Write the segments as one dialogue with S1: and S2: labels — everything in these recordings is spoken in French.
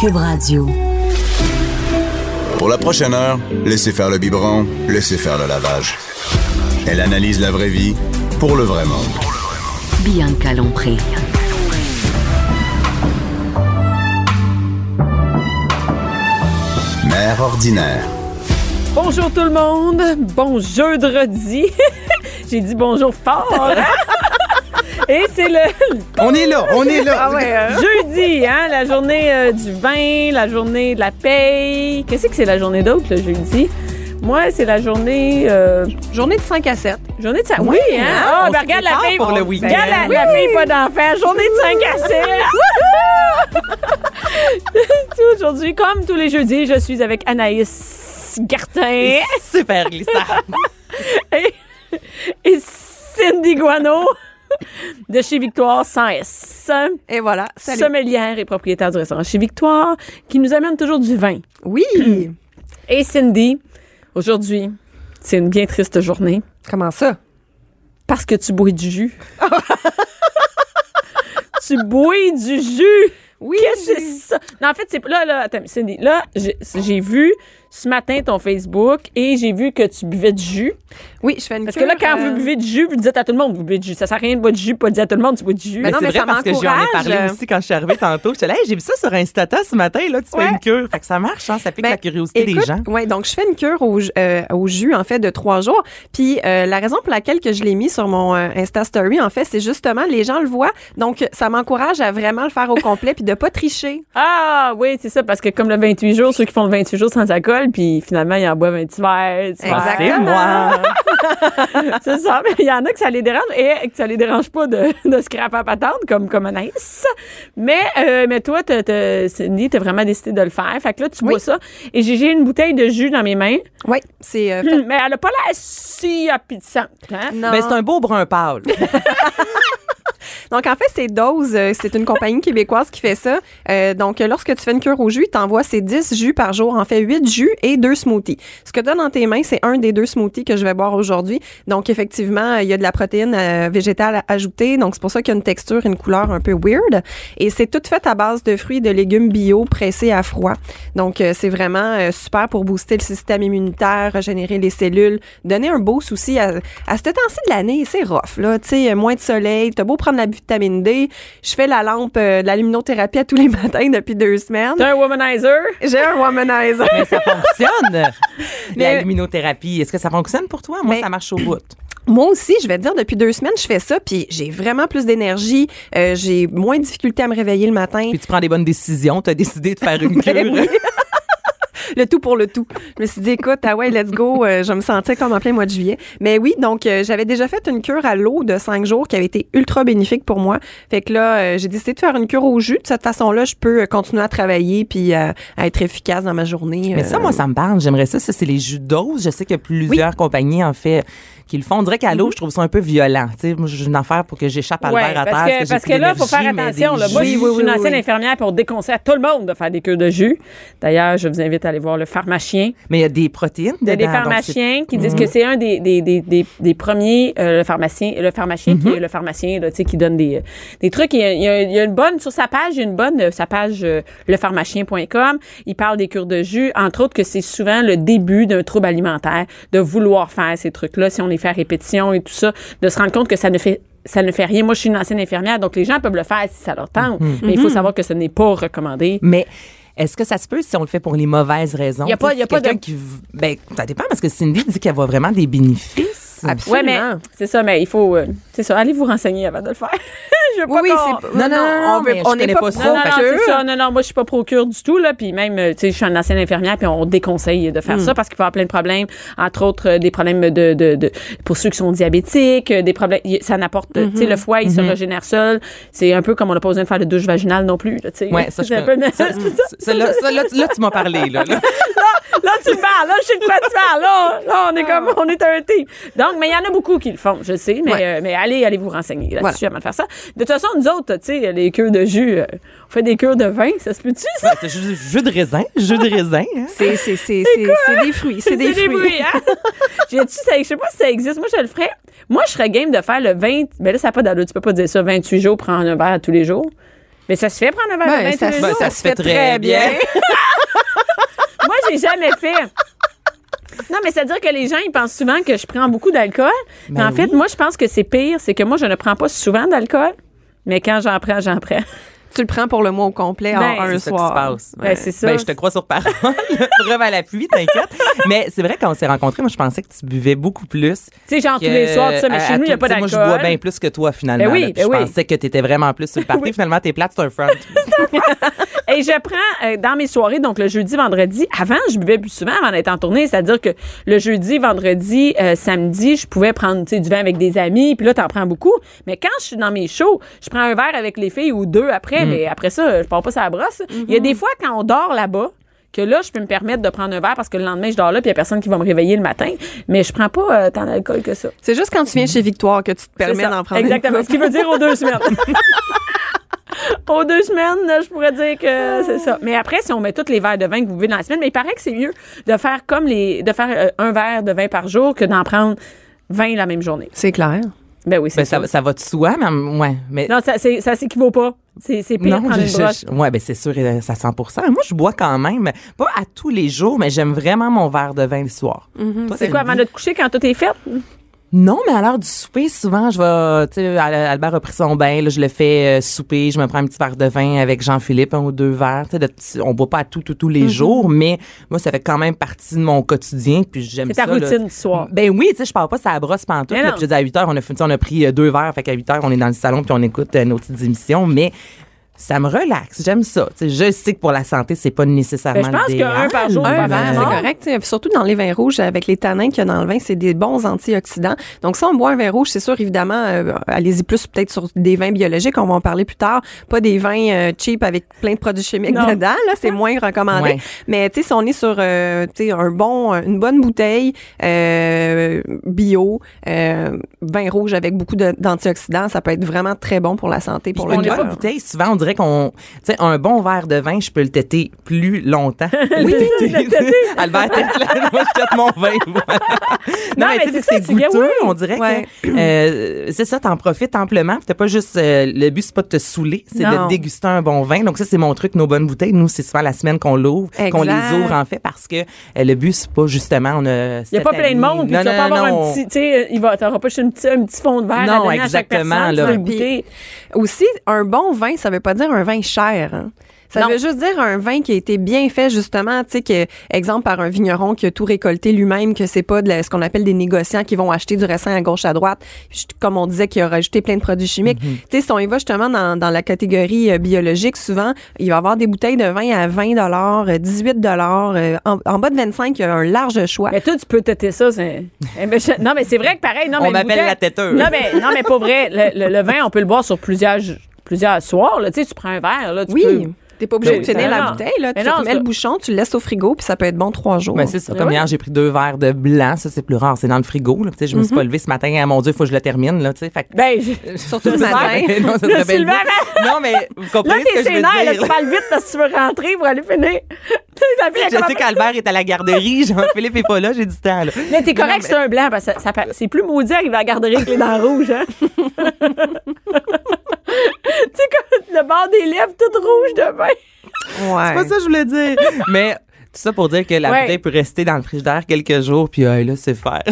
S1: Cube Radio.
S2: Pour la prochaine heure, laissez faire le biberon, laissez faire le lavage. Elle analyse la vraie vie pour le vrai monde.
S1: Bianca Lompré.
S2: Mère ordinaire.
S3: Bonjour tout le monde, bon jeudi. J'ai dit bonjour fort. hein? Et c'est le
S4: On est là, on est
S5: Ah
S4: là.
S5: euh.
S3: jeudi, hein, la journée euh, du vin, la journée de la paye. Qu'est-ce que c'est la journée d'autre le jeudi? Moi, c'est la journée euh,
S5: Journée de 5 à 7.
S3: journée de ça. Oui, hein.
S5: hein,
S3: Ah,
S5: on
S3: ben
S5: se
S3: regarde la
S5: prépare
S3: paye
S4: pour le week-end.
S3: Regarde la, la fille pas d'enfant, journée de 5 à 7. Wouhou! Aujourd'hui, comme tous les jeudis, je suis avec Anaïs Gartin.
S5: Super glissant.
S3: et, et Cindy Guano de chez Victoire sans S.
S5: Et voilà. Salut.
S3: Sommelière et propriétaire du restaurant chez Victoire, qui nous amène toujours du vin.
S5: Oui.
S3: Et Cindy, aujourd'hui, c'est une bien triste journée
S5: Comment ça?
S3: parce que tu bois du jus. tu bois du jus!
S5: Oui.
S3: Qu'est-ce que
S5: j'ai-
S3: c'est ça? Non, en fait, c'est là, là, attends, Cindy, là, j'ai j'ai vu ce matin ton Facebook et j'ai vu que tu buvais du jus.
S5: Oui, je fais une
S3: Parce que là,
S5: cure,
S3: quand
S5: euh,
S3: vous buvez du jus, vous dites à tout le monde, vous buvez du jus. Ça sert à rien de boire du jus, pas de dire à tout le monde, tu bois du jus.
S5: Mais non,
S4: c'est
S5: mais
S4: vrai
S5: ça
S4: parce que j'en ai
S5: m'encourage.
S4: parlé aussi quand je suis arrivée tantôt. Je suis allée, Hey, j'ai vu ça sur Instata ce matin, là, tu
S5: Ouais.
S4: fais une cure. Fait que ça marche, hein, ça pique
S5: ben,
S4: la curiosité
S5: écoute,
S4: des gens.
S5: Ouais, donc je fais une cure au, ju- euh, au jus en fait de trois jours. Puis euh, la raison pour laquelle que je l'ai mis sur mon euh, Insta Story en fait, c'est justement les gens le voient, donc ça m'encourage à vraiment le faire au complet puis de pas tricher.
S3: Ah oui, c'est ça, parce que comme le 28 jours, ceux qui font le 28 jours sans alcool, puis finalement, ils en boivent un petit verre. tu vois.
S5: Exact.
S4: C'est moi.
S3: C'est ça, mais il y en a que ça les dérange et que ça les dérange pas de, de se craper à patente, comme, comme Anaïs. Mais, euh, mais toi, t'as- t'as- Cindy, t'as vraiment décidé de le faire. Fait que là, tu
S5: Oui.
S3: bois ça. Et j'ai j'ai une bouteille de jus dans mes mains,
S5: Oui, c'est euh, fait-
S3: mais elle a pas l'air si appétissante. Hein?
S5: Non.
S4: Ben, c'est un beau brun pâle.
S5: Donc, en fait, c'est Dose. euh, C'est une compagnie québécoise qui fait ça. Euh, donc, euh, lorsque tu fais une cure au jus, t'envoies ces 10 jus par jour. En fait, 8 jus et 2 smoothies. Ce que t'as dans tes mains, c'est un des deux smoothies que je vais boire aujourd'hui. Donc, effectivement, euh, il y a de la protéine euh, végétale à- ajoutée. Donc, c'est pour ça qu'il y a une texture, une couleur un peu weird. Et c'est tout fait à base de fruits et de légumes bio pressés à froid. Donc, euh, c'est vraiment euh, super pour booster le système immunitaire, régénérer les cellules, donner un beau souci à, à ce temps-ci de l'année. C'est rough, là. Tu sais, euh, moins de soleil, t'as beau prendre la vitamine D. Je fais la lampe euh, de la luminothérapie à tous les matins depuis deux semaines.
S3: T'es un womanizer?
S5: J'ai un womanizer.
S4: Mais ça fonctionne.
S5: Mais-
S4: La luminothérapie, est-ce que ça fonctionne pour toi? Moi,
S5: Mais-
S4: ça marche au bout.
S5: Moi aussi, je vais te dire, depuis deux semaines, je fais ça, puis j'ai vraiment plus d'énergie. euh, j'ai moins de difficulté à me réveiller le matin.
S4: Puis tu prends des bonnes décisions. Tu as décidé de faire une cure.
S5: Ben oui. le tout pour le tout. Je me suis dit, écoute, ah ouais, let's go. Euh, je me sentais comme en plein mois de juillet. Mais oui, donc euh, j'avais déjà fait une cure à l'eau de cinq jours qui avait été ultra bénéfique pour moi. Fait que là, euh, j'ai décidé de faire une cure au jus. De cette façon-là, je peux euh, continuer à travailler puis euh, à être efficace dans ma journée.
S4: Mais ça,
S5: euh,
S4: moi, ça me parle. J'aimerais ça. Ça, c'est les jus d'ose. Je sais qu'il y a plusieurs compagnies, en fait, qui le font. On dirait qu'à l'eau, je trouve ça un peu violent. Tu sais, moi, j'ai une affaire pour que j'échappe à le
S3: Mhm. Ouais,
S4: verre à
S3: parce
S4: terre.
S3: que, parce que là, il faut faire attention. Là. Moi, je suis une ancienne
S4: infirmière.
S3: infirmière pour déconseiller à tout le monde de faire des cures de jus. D'ailleurs, je vous invite à aller voir le pharmacien.
S4: Mais il y a des protéines
S3: Il y a des
S4: dedans, donc c'est- Mhm.
S3: pharmaciens qui disent que c'est un des, des, des, des, des premiers, euh, le pharmacien, le pharmacien
S4: Mhm.
S3: qui est le pharmacien, là, tu sais, qui donne des, euh, des trucs. Il y, a, il y a- il y a une bonne, sur sa page, il y a une bonne, euh, sa page euh, lepharmacien.com. Il parle des cures de jus, entre autres que c'est souvent le début d'un trouble alimentaire, de vouloir faire ces trucs-là, si on les fait à répétition et tout ça, de se rendre compte que ça ne fait ça ne fait rien. Moi, je suis une ancienne infirmière, donc les gens peuvent le faire si ça leur tente,
S4: Mhm.
S3: mais il faut savoir que ce n'est pas recommandé.
S4: Mais est-ce que ça se peut si on le fait pour les mauvaises raisons?
S3: Y a pas-
S4: Tu sais,
S3: y a pas
S4: quelqu'un
S3: de-
S4: qui v- ben, ça dépend parce que Cindy dit qu'elle voit vraiment des bénéfices.
S3: Oui,
S5: Absolument.
S3: mais c'est ça, mais il faut. euh, c'est ça, allez vous renseigner avant de le faire. je veux pas
S5: Oui, oui,
S3: qu'on-
S5: c'est.
S4: Non, non, non, mais je
S5: on n'est
S4: connais
S5: pas,
S4: pas
S5: pour
S4: ça,
S3: Non, non,
S4: fait
S3: non,
S5: que-
S3: c'est ça. Non, non, moi, je suis pas procure du tout, là. Puis même, euh, tu sais, je suis une ancienne infirmière, puis on déconseille de
S4: Hmm.
S3: faire ça parce qu'il peut y avoir plein de problèmes, entre autres, euh, des problèmes de, de, de- pour ceux qui sont diabétiques, euh, des problèmes, y- ça n'apporte, euh, tu
S4: Mhm.
S3: sais, le foie, il se régénère seul. C'est un peu comme on n'a pas besoin de faire de douche vaginale non plus, là, tu sais.
S4: Ouais, ça, je
S3: C'est un
S4: connais.
S3: peu-
S4: Ça, ça, là, ça, là, tu- là, tu m'as parlé. Là, là.
S3: là, tu me parles, là, je sais de quoi tu parles, là, là, on est
S5: Ah.
S3: comme, on est un team. Donc, mais il y en a beaucoup qui le font, je sais, mais,
S5: Ouais.
S3: euh, mais allez, allez vous renseigner là-dessus avant de faire ça. De toute façon, nous autres, tu sais, les cures de jus, euh, on fait des cures de vin, ça se peut-tu, ça?
S4: C'est jus, jus de raisin, jus de raisin. hein.
S5: C'est, c'est, c'est, c'est, c'est des fruits. C'est des fruits.
S3: bruits, hein? J'ai-tu ça- je sais pas si ça existe. Moi, je le ferais. Moi, je serais game de faire le 20. Mais là, ça n'a pas d'allure. Tu peux pas dire ça. 28 jours, prendre un verre tous les jours. Mais ça se fait prendre un verre de
S5: Ben,
S3: vin tous
S5: ça
S3: les
S5: se-
S3: jours.
S5: ben, ça se fait très bien.
S3: Moi, j'ai jamais fait. Non, mais c'est-à-dire que les gens, ils pensent souvent que je prends beaucoup d'alcool. mais en
S4: Ben
S3: fait,
S4: oui.
S3: moi, je pense que c'est pire. C'est que moi, je ne prends pas souvent d'alcool. Mais quand j'en prends, j'en prends.
S5: Tu le prends pour le mois au complet
S3: Ben,
S5: en un
S3: c'est
S4: ça qui
S5: soir.
S4: se passe.
S3: Ben, c'est ça.
S4: Ben, je te crois sur parole. Preuve à l'appui, t'inquiète. mais c'est vrai, quand on s'est rencontrés, moi, je pensais que tu buvais beaucoup plus.
S3: Tu sais, genre Ah, tous
S4: que-
S3: les soirs, tout ça. Mais
S4: à-
S3: chez
S4: à
S3: nous, il n'y a
S4: tout-
S3: pas
S4: tu sais,
S3: d'alcool.
S4: Moi, je bois bien plus que toi, finalement.
S3: Ben oui,
S4: là, puis
S3: ben
S4: je
S3: oui.
S4: pensais que t'étais vraiment plus sur le party. Finalement, t'es plate, c'est un front.
S3: Et je prends euh, dans mes soirées, donc le jeudi, vendredi. Avant, je buvais plus souvent avant d'être en tournée. C'est-à-dire que le jeudi, vendredi, euh, samedi, je pouvais prendre tu sais, du vin avec des amis. Puis là, t'en prends beaucoup. Mais quand je suis dans mes shows, je prends un verre avec les filles ou deux après. Mais après ça, je pars pas sa brosse. Il y a des fois quand on dort là-bas. Que là, je peux me permettre de prendre un verre parce que le lendemain, je dors là, puis il n'y a personne qui va me réveiller le matin. Mais je prends pas euh, tant d'alcool que ça.
S5: C'est juste quand tu viens chez Victoire que tu
S3: Mhm.
S5: te
S3: C'est
S5: permets
S3: ça.
S5: d'en prendre une
S3: Exactement.
S5: coupe.
S3: Ce qui veut dire aux deux semaines. aux deux semaines, là, je pourrais dire que c'est ça. Mais après, si on met tous les verres de vin que vous buvez dans la semaine, mais il paraît que c'est mieux de faire comme les, de faire euh, un verre de vin par jour que d'en prendre 20 la même journée.
S5: C'est clair.
S3: Ben oui, c'est
S4: Ben,
S3: ça.
S4: ça, ça va de soi, mais ouais. Mais
S3: Non, ça, c'est- ça s'équivaut pas. C'est c'est pire prendre
S4: je-
S3: une
S4: je-
S3: broche.
S4: je- ouais, ben c'est sûr, euh, ça 100 Moi, je bois quand même, pas à tous les jours, mais j'aime vraiment mon verre de vin le soir. Toi,
S3: Mm-hmm. C'est quoi, avant
S4: Sylvie?
S3: de te coucher, quand tout est fait?
S4: Non, mais à l'heure du souper, souvent, je vais, tu sais, Al- Albert a pris son bain, là, je le fais euh, souper, je me prends un petit verre de vin avec Jean-Philippe, un ou deux verres, tu sais, de petits- on boit pas à tout, tout, tous
S3: Mhm.
S4: les jours, mais moi, ça fait quand même partie de mon quotidien, puis j'aime
S3: C'est ta
S4: ça. là.
S3: routine du soir.
S4: Ben oui, tu sais, je pars pas, ça la brosse pantoute,
S3: Mais
S4: là,
S3: non.
S4: puis je dis à 8 heures, on a, fini, on a pris euh, deux verres, fait qu'à 8 heures, on est dans le salon, puis on écoute euh, nos petites émissions, mais ça me relaxe, j'aime ça. Tu sais, je sais que pour la santé, c'est pas nécessairement
S3: Ben, je pense
S4: le
S3: qu'un
S4: idéal,
S3: par jour,
S4: mais-
S5: Un verre,
S3: ben,
S5: c'est
S3: non.
S5: correct. tu sais. Surtout dans les vins rouges, avec les tanins qu'il y a dans le vin, c'est des bons antioxydants. Donc, si on boit un vin rouge, c'est sûr, évidemment, euh, allez-y plus peut-être sur des vins biologiques, on va en parler plus tard. Pas des vins euh, cheap avec plein de produits chimiques
S3: Non.
S5: dedans, là, c'est moins recommandé.
S4: Ouais.
S5: Mais, tu sais, si on est sur, euh, tu sais, un bon, une bonne bouteille euh, bio, euh, vin rouge avec beaucoup de- d'antioxydants, ça peut être vraiment très bon pour la santé, pour
S4: Puis
S5: le
S4: une bonne
S5: cœur.
S4: bouteille, souvent, on dirait qu'on. Tu sais, un bon verre de vin, je peux le têter plus longtemps. Oui,
S3: le têter.
S4: Albert, tête là, moi, je tête mon vin. voilà.
S3: Non, mais
S4: tu
S3: c'est
S4: sais, vu que c'est
S3: ça, tu dis,
S4: goûteux,
S3: oui.
S4: on dirait
S5: Ouais.
S4: que. euh, c'est ça, t'en profites amplement. Puis t'as pas juste. euh, le but, c'est pas de te saouler, c'est
S5: Non.
S4: de déguster un bon vin. Donc, ça, c'est mon truc, nos bonnes bouteilles. Nous, c'est souvent la semaine qu'on l'ouvre, qu'on les
S5: Exact.
S4: ouvre, en fait, parce que euh, le but, c'est pas justement. on a
S3: Il n'y a pas plein de monde, puis tu vas pas avoir un petit, tu sais, il va, t'auras pas juste une petite- un petit fond de verre à
S4: Non,
S3: donner à chaque personne,
S4: exactement,
S3: tu
S4: là.
S3: vas le goûter.
S5: Aussi, un bon vin, ça veut pas dire un vin cher. hein. Ça
S3: Non.
S5: veut juste dire un vin qui a été bien fait justement, tu sais que exemple par un vigneron qui a tout récolté lui-même, que c'est pas de la- ce qu'on appelle des négociants qui vont acheter du raisin à gauche à droite, Puis, comme on disait qui a rajouté plein de produits chimiques.
S3: Mhm.
S5: Tu sais, si on y va justement dans, dans la catégorie euh, biologique, souvent il va y avoir des bouteilles de vin à 20 dollars, 18 dollars, euh, en, en bas de 25, il y a un large choix.
S3: Mais toi, tu peux têter ça. c'est- Eh ben, je- Non, mais c'est vrai que pareil. Non,
S4: On
S3: mais le
S4: m'appelle
S3: bouquet-
S4: la têteuse.
S3: Non, mais, non, mais pas vrai. Le, le- le vin, on peut le boire sur plusieurs, plusieurs soirs. là. Tu sais, tu prends un verre. Là, tu
S5: oui,
S3: peux-
S5: t'es pas obligé
S3: Ben
S5: de
S3: oui,
S5: finir
S3: ça va.
S5: la bouteille là,
S3: Mais
S5: tu
S3: non,
S5: remets
S3: ça-
S5: le bouchon, tu le laisses au frigo, puis ça peut être bon trois jours.
S4: Ben, c'est ça.
S3: Mais
S4: Comme
S3: ouais.
S4: hier, j'ai pris deux verres de blanc. Ça, c'est plus rare. C'est dans le frigo. Là. Tu sais, Je me
S3: Mm-hmm.
S4: suis pas levée ce matin. Ah, mon Dieu, il faut que je le termine. Là, tu sais. fait que-
S3: Ben, je-
S5: Surtout le
S4: Ça
S5: matin.
S4: serait- non, ça
S3: Le
S4: serait bien
S3: Sylvain,
S4: le fun. Non, mais vous
S3: Là,
S4: comprenez ce
S3: t'es
S4: que je veux
S3: sénère. là,
S4: dire.
S3: tu parles vite parce que tu veux rentrer pour aller finir. Tu sais, la fille, elle
S4: Je sais
S3: commence-
S4: qu'Albert est à la garderie. Jean-Philippe est pas là. J'ai du temps. là.
S3: Mais t'es
S4: Non,
S3: correct, c'est un blanc, parce que ça- ça pa- c'est plus maudit arriver à la garderie avec les dents rouges, hein? tu sais, comme le bord des lèvres tout rouge de vin.
S4: C'est pas ça que je voulais dire. Mais tout ça pour dire que la
S3: Ouais.
S4: bouteille peut rester dans le frigidaire quelques jours. Puis hey, là, c'est faire.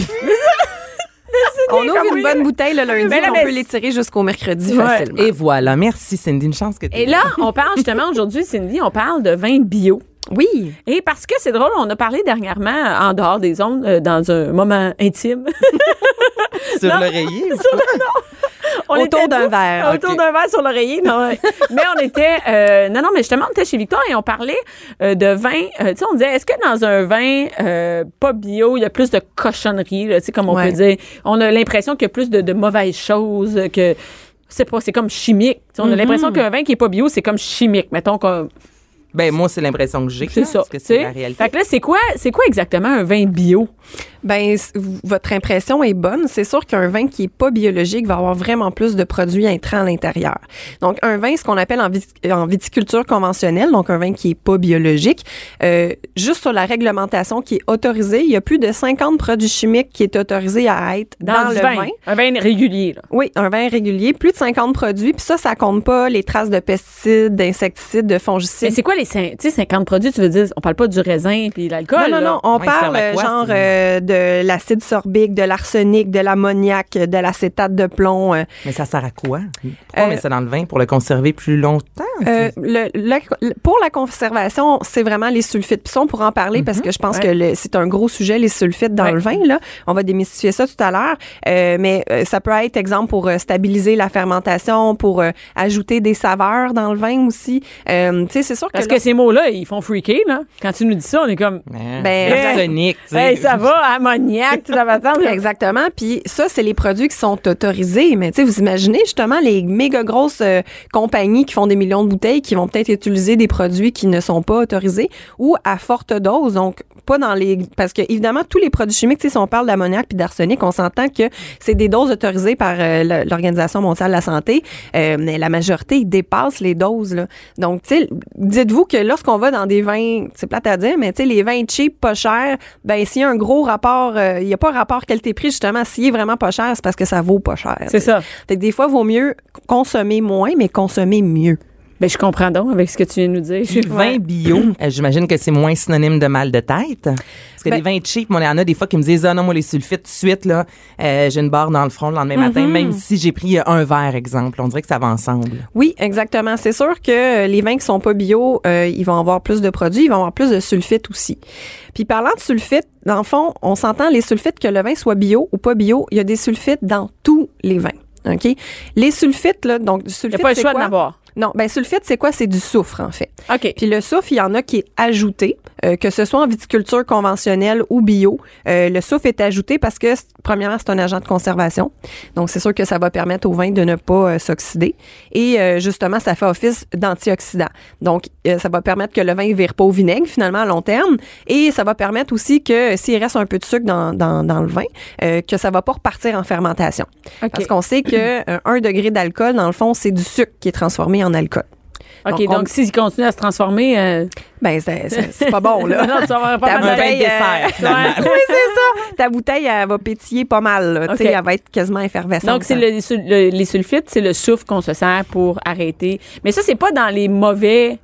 S5: On ouvre
S3: comme
S5: une
S3: oui.
S5: bonne bouteille le lundi,
S3: Mais là,
S5: on
S3: mais-
S5: peut l'étirer jusqu'au mercredi
S3: Ouais.
S5: facilement.
S4: Et voilà. Merci, Cindy. Une chance que tu
S3: Et là, on parle justement aujourd'hui, Cindy, on parle de vin bio.
S5: Oui.
S3: Et parce que c'est drôle, on a parlé dernièrement euh, en dehors des ondes, euh, dans un moment intime.
S4: sur l'oreiller.
S3: On
S5: Autour
S3: était
S5: d'un
S3: deux-
S5: verre,
S3: Autour
S4: ok.
S3: d'un verre sur l'oreiller, non. ouais. mais on était. euh, non, non, mais justement, on était chez Victoire et on parlait euh, de vin. euh, tu sais, on disait, est-ce que dans un vin euh, pas bio, il y a plus de cochonneries, là, tu sais, comme on
S5: Ouais.
S3: peut dire. On a l'impression qu'il y a plus de, de mauvaises choses euh, que. C'est pas, c'est comme chimique. Tu sais, on a l'impression qu'un vin qui est pas bio, c'est comme chimique. Mettons qu'on
S4: Ben, moi, c'est l'impression que j'ai.
S3: C'est
S4: là,
S3: ça.
S4: Parce que c'est
S3: tu
S4: la
S3: sais.
S4: réalité.
S3: Fait que là, c'est quoi, c'est quoi exactement un vin bio?
S5: Ben, c- v- votre impression est bonne. C'est sûr qu'un vin qui est pas biologique va avoir vraiment plus de produits intrants à l'intérieur. Donc, un vin, ce qu'on appelle en, vit- en viticulture conventionnelle, donc un vin qui est pas biologique, euh, juste sur la réglementation qui est autorisée, il y a plus de 50 produits chimiques qui est autorisé à être dans,
S3: Dans,
S5: le
S3: du vin.
S5: vin.
S3: Un vin régulier, là.
S5: Oui, un vin régulier, plus de 50 produits, puis ça, ça compte pas les traces de pesticides, d'insecticides, de
S3: Mais
S5: fongicides.
S3: c'est quoi les cin- tu sais, 50 produits? Tu veux dire, on parle pas du raisin puis de l'alcool?
S5: Non, non,
S3: là.
S5: non, on
S4: Ouais, ils
S5: parle
S4: servent à
S5: euh,
S4: quoi,
S5: genre
S4: ces-
S5: euh, de l'acide sorbique, de l'arsenic, de l'ammoniac, euh, de l'acétate de plomb. euh.
S4: Mais ça sert à quoi? Pourquoi on
S5: Euh,
S4: met ça dans le vin pour le conserver plus longtemps?
S5: Euh, le- le- le- pour la conservation, c'est vraiment les sulfites. Puis ça, on pourra en parler parce que je pense
S3: ouais.
S5: que le- c'est un gros sujet, les sulfites dans
S3: Ouais.
S5: le vin. Là. On va démystifier ça tout à l'heure. Euh, mais euh, ça peut être, exemple, pour euh, stabiliser la fermentation, pour euh, ajouter des saveurs dans le vin aussi. Euh, tu sais, c'est sûr
S3: Parce
S5: que
S3: que ces mots-là, ils font freaker, là. Quand tu nous dis ça, on est comme,
S4: Ben,
S5: ben,
S4: arsenic, tu sais.
S3: Hein? hey, ça va, ammoniac, tout à l'heure.
S5: Exactement. Puis ça, c'est les produits qui sont autorisés. Mais tu sais, vous imaginez justement les méga grosses euh, compagnies qui font des millions de bouteilles qui vont peut-être utiliser des produits qui ne sont pas autorisés ou à forte dose. Donc, pas dans les... Parce que évidemment, tous les produits chimiques, tu sais, si on parle d'ammoniac puis d'arsenic, on s'entend que c'est des doses autorisées par euh, la- l'Organisation mondiale de la santé. Euh, mais la majorité, ils dépassent les doses. Là. Donc, tu sais, dites-vous que lorsqu'on va dans des vins, c'est plate à dire, mais tu sais, les vins cheap, pas chers, ben s'il y a un gros rapport, euh, il n'y a pas un rapport qualité-prix, justement, s'il est vraiment pas cher, c'est parce que ça vaut pas cher.
S3: C'est ça.
S5: Fait que des fois, vaut mieux consommer moins, mais consommer mieux.
S3: Ben, je comprends donc avec ce que tu viens de nous dire.
S4: Puis vin bio, euh, j'imagine que c'est moins synonyme de mal de tête. Parce que
S5: Ben-
S4: les vins cheap, moi, il y en a des fois qui me disent Ah non, moi, les sulfites, tout de suite, là, euh, j'ai une barre dans le front le lendemain matin, même si j'ai pris euh, un verre, exemple. On dirait que ça va ensemble.
S5: Oui, exactement. C'est sûr que euh, les vins qui sont pas bio, euh, ils vont avoir plus de produits, ils vont avoir plus de sulfite aussi. Puis parlant de sulfite, dans le fond, on s'entend les sulfites que le vin soit bio ou pas bio, il y a des sulfites dans tous les vins. OK? Les sulfites là, donc du
S3: Il n'y a
S5: sulfite
S3: pas le
S5: c'est
S3: choix
S5: quoi?
S3: d'en avoir.
S5: Non, ben sulfite c'est quoi C'est du soufre en fait.
S3: OK.
S5: Puis le soufre, il y en a qui est ajouté, euh, que ce soit en viticulture conventionnelle ou bio. Euh, le soufre est ajouté parce que, c- premièrement, c'est un agent de conservation. Donc, c'est sûr que ça va permettre au vin de ne pas euh, s'oxyder. Et euh, justement, ça fait office d'antioxydant. Donc, euh, ça va permettre que le vin ne vire pas au vinaigre, finalement, à long terme. Et ça va permettre aussi que euh, s'il reste un peu de sucre dans, dans, dans le vin, euh, que ça va pas repartir en fermentation.
S3: OK.
S5: Parce qu'on sait que euh, un degré d'alcool, dans le fond, c'est du sucre qui est transformé en alcool.
S3: OK,
S5: donc,
S3: donc,
S5: on-
S3: s'il continue à se transformer. euh,
S5: Ben, c'est- c'est c'est pas bon, là.
S3: non, tu vas avoir pas
S5: Ta
S3: mal de-
S5: bouteille, euh,
S4: dessert,
S3: Ouais.
S5: oui, c'est ça. Ta bouteille, elle va pétiller pas mal. là. Tu sais,
S3: OK.
S5: Elle va être quasiment effervescente.
S3: Donc, c'est le- sul- le- les sulfites, c'est le soufre qu'on se sert pour arrêter. Mais ça, c'est pas dans les mauvais.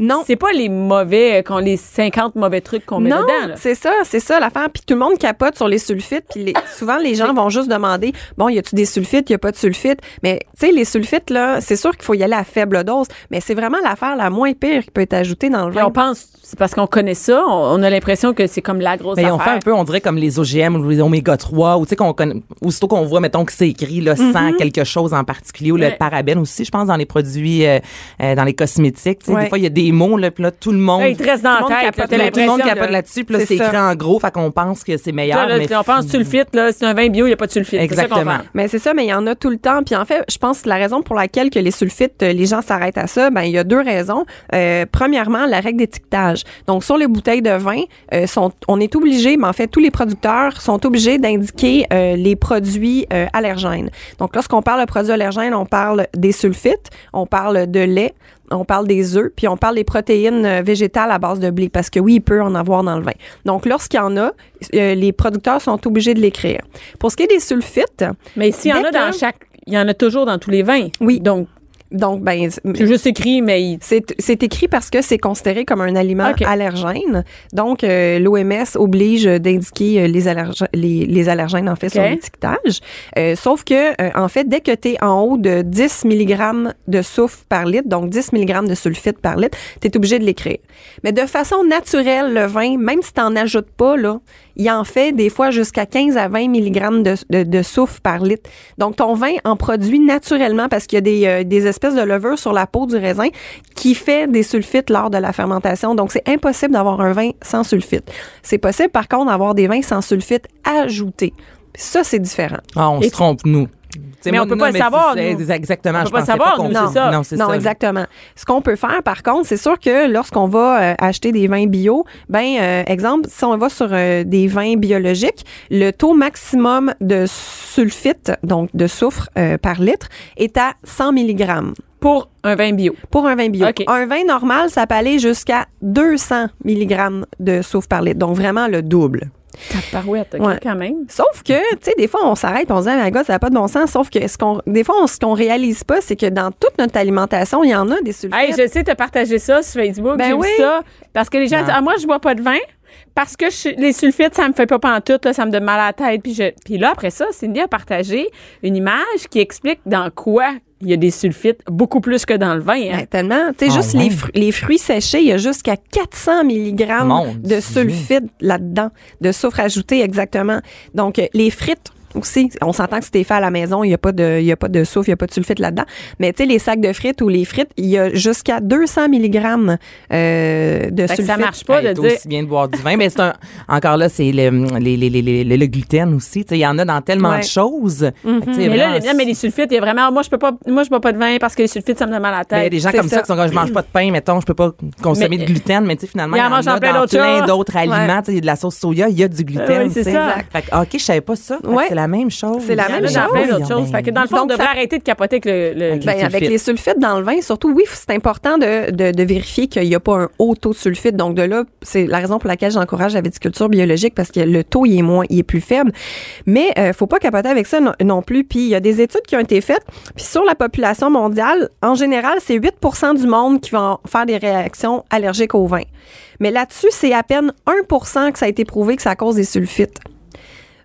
S5: Non.
S3: C'est pas les mauvais, euh, qu'on les 50 mauvais trucs qu'on met
S5: Non,
S3: dedans. là.
S5: c'est ça, c'est ça l'affaire. Puis tout le monde capote sur les sulfites. Puis les- souvent, les gens vont juste demander bon, y a-tu des sulfites, y a pas de sulfites. Mais tu sais, les sulfites, là, c'est sûr qu'il faut y aller à faible dose. Mais c'est vraiment l'affaire la moins pire qui peut être ajoutée dans le
S3: Puis
S5: vin.
S3: on pense, c'est parce qu'on connaît ça, on, on a l'impression que c'est comme la grosse
S4: Mais
S3: affaire.
S4: Ben, on fait un peu, on dirait comme les OGM ou les oméga 3, ou tu sais, qu'on connaît, aussitôt qu'on voit, mettons, que c'est écrit, là, sans quelque chose en particulier, ou
S3: Ouais.
S4: le parabène aussi, je pense, dans les produits, euh, euh, dans les cosmétiques. tu sais,
S5: Ouais.
S4: Des fois, il y a des mots, là, puis là, tout le monde.
S3: Là, il te reste dans
S5: Tout le
S3: la
S5: monde
S3: tête. là,
S5: capote
S3: t'as
S5: là-dessus.
S4: tout le monde
S3: l'impression,
S4: capote
S3: là.
S4: là-dessus, puis là,
S5: c'est
S4: c'est
S5: ça.
S4: écrit en gros, fait qu'on pense que c'est meilleur.
S3: Là, là,
S4: mais
S3: on pense
S4: fi-
S3: sulfite, là, c'est un vin bio, il n'y a pas de sulfite. C'est ça qu'on
S4: Exactement.
S3: pense.
S5: Mais c'est ça, mais il y en a tout le temps. Puis en fait, je pense que la raison pour laquelle que les sulfites, euh, les gens s'arrêtent à ça, ben il y a deux raisons. Euh, premièrement, la règle d'étiquetage. Donc sur les bouteilles de vin, euh, sont, on est obligé, mais en fait tous les producteurs sont obligés d'indiquer euh, les produits euh, allergènes. Donc lorsqu'on parle de produits allergènes, on parle des sulfites, on parle de lait, on parle des œufs, puis on parle des protéines euh, végétales à base de blé, parce que oui, il peut en avoir dans le vin. Donc lorsqu'il y en a, euh, les producteurs sont obligés de l'écrire. Pour ce qui est des sulfites,
S3: Mais s'il y en a
S5: D'accord.
S3: dans chaque. Il y en a toujours dans tous les vins.
S5: Oui.
S3: Donc,
S5: Donc, ben, c'est-
S3: c'est juste écrit, mais il-
S5: c'est c'est écrit parce que c'est considéré comme un aliment
S3: Ok.
S5: allergène. Donc, euh, l'OMS oblige d'indiquer euh, les, allerg- les, les allergènes, en fait, sur
S3: Ok.
S5: l'étiquetage. Euh, sauf que, euh, en fait, dès que tu es en haut de 10 mg de soufre par litre, donc 10 mg de sulfite par litre, tu es obligé de l'écrire. Mais de façon naturelle, le vin, même si tu n'en ajoutes pas, là, il en fait des fois jusqu'à 15 à 20 mg de, de, de soufre par litre. Donc, ton vin en produit naturellement parce qu'il y a des, euh, des espèces de levures sur la peau du raisin qui fait des sulfites lors de la fermentation. Donc, c'est impossible d'avoir un vin sans sulfite. C'est possible, par contre, d'avoir des vins sans sulfite ajoutés. Ça, c'est différent.
S4: Ah, on
S3: Et-
S4: se trompe, nous. T'sais,
S3: Mais
S4: moi,
S3: on peut
S4: non,
S3: pas le
S4: mais
S3: savoir,
S4: c'est-
S3: nous.
S4: c'est Exactement.
S3: On
S4: je
S3: peut pas le
S4: pensais
S3: savoir,
S4: qu'on-
S3: nous, c'est ça.
S4: Non, c'est
S5: non,
S4: ça.
S5: exactement. Ce qu'on peut faire, par contre, c'est sûr que lorsqu'on va euh, acheter des vins bio, ben euh, exemple, si on va sur euh, des vins biologiques, le taux maximum de sulfite, donc de soufre euh, par litre, est à 100 mg
S3: Pour un vin bio.
S5: pour un vin bio.
S3: OK.
S5: Un vin normal, ça peut aller jusqu'à 200 mg de soufre par litre, donc vraiment le double.
S3: Tabarouette, OK,
S5: Ouais.
S3: quand même.
S5: Sauf que, tu sais, des fois, on s'arrête et on se dit, ah, my God, ça n'a pas de bon sens. Sauf que, ce qu'on, des fois, on, ce qu'on réalise pas, c'est que dans toute notre alimentation, il y en a des sulfites.
S3: Hey, je sais, t'as partagé ça sur Facebook,
S5: Ben
S3: j'ai vu
S5: oui.
S3: ça. Parce que les gens
S4: Non.
S3: disent, ah, moi, je bois pas de vin. Parce que je- les sulfites, ça me fait pas pantoute, là, ça me donne mal à la tête. Puis, je, puis là, après ça, Cindy a partagé une image qui explique dans quoi il y a des sulfites, beaucoup plus que dans le vin. hein.
S5: Ben, tellement. Tu sais,
S4: Ah
S5: juste
S4: ouais.
S5: les, fru- les fruits séchés, il y a jusqu'à 400
S4: Mon
S5: mg de
S4: Dieu.
S5: sulfite là-dedans, de soufre ajouté exactement. Donc, euh, les frites aussi, on s'entend que c'était fait à la maison, il n'y a, pas de- il y a pas de soufre, il n'y a pas de sulfite là-dedans. Mais tu sais, les sacs de frites ou les frites, il y a jusqu'à 200 mg euh,
S3: Fait
S5: de
S3: que
S5: sulfite.
S3: ça marche pas de
S4: Hey, t'as
S3: dire.
S4: ben, aussi bien de boire du vin. Mais c'est un. Encore là, c'est le, les- les- les- les- le- le gluten aussi. Tu sais, Il y en a dans tellement
S5: Ouais.
S4: de choses. Tu sais,
S3: Mhm. Mais là,
S4: vraiment,
S3: les, mais les sulfites, il y a vraiment, moi, je peux pas, moi, je bois pas de vin parce que les sulfites, ça me donne mal à la
S4: Mais Ben, il y a
S3: tête.
S4: des gens
S5: C'est
S4: comme ça,
S5: ça.
S4: qui sont comme je mange pas de pain, mettons, je peux pas consommer
S3: Mais-
S4: de gluten, mais tu sais, finalement,
S3: Il
S4: il
S3: y
S4: y
S3: en
S4: en
S3: mange
S4: a
S3: en plein
S4: dans
S3: d'autres choses. Euh,
S4: plein d'autres aliments.
S5: Ouais.
S4: Tu sais, Il y a de la sauce soya, il y a du gluten.
S3: Oui, c'est
S4: tu sais.
S3: ça.
S4: Fait que, ah, OK, je savais pas ça. Fait que
S5: Ouais.
S4: C'est la même chose.
S5: C'est la
S3: Il y en
S5: même
S3: a dans
S5: chose.
S3: plein
S4: Voyons
S3: d'autres choses.
S4: bien.
S3: Fait que dans le fond, on
S5: Donc, ça-
S3: devrait arrêter de capoter avec le. le-
S4: Avec
S3: le-
S5: Ben,
S4: les
S5: avec
S4: sulfites.
S5: les sulfites dans le vin, surtout, oui, c'est important de, de, de vérifier qu'il n'y a pas un haut taux de sulfite. Donc, de là, c'est la raison pour laquelle j'encourage la viticulture biologique parce que le taux, il est moins, il est plus faible. Mais, euh, faut pas capoter avec ça non, non plus. Puis, il y a des études qui ont été faites. Puis, sur la population mondiale, en général, c'est 8 du monde qui vont faire des réactions allergiques au vin. Mais là-dessus, c'est à peine 1 que ça a été prouvé que ça cause des sulfites.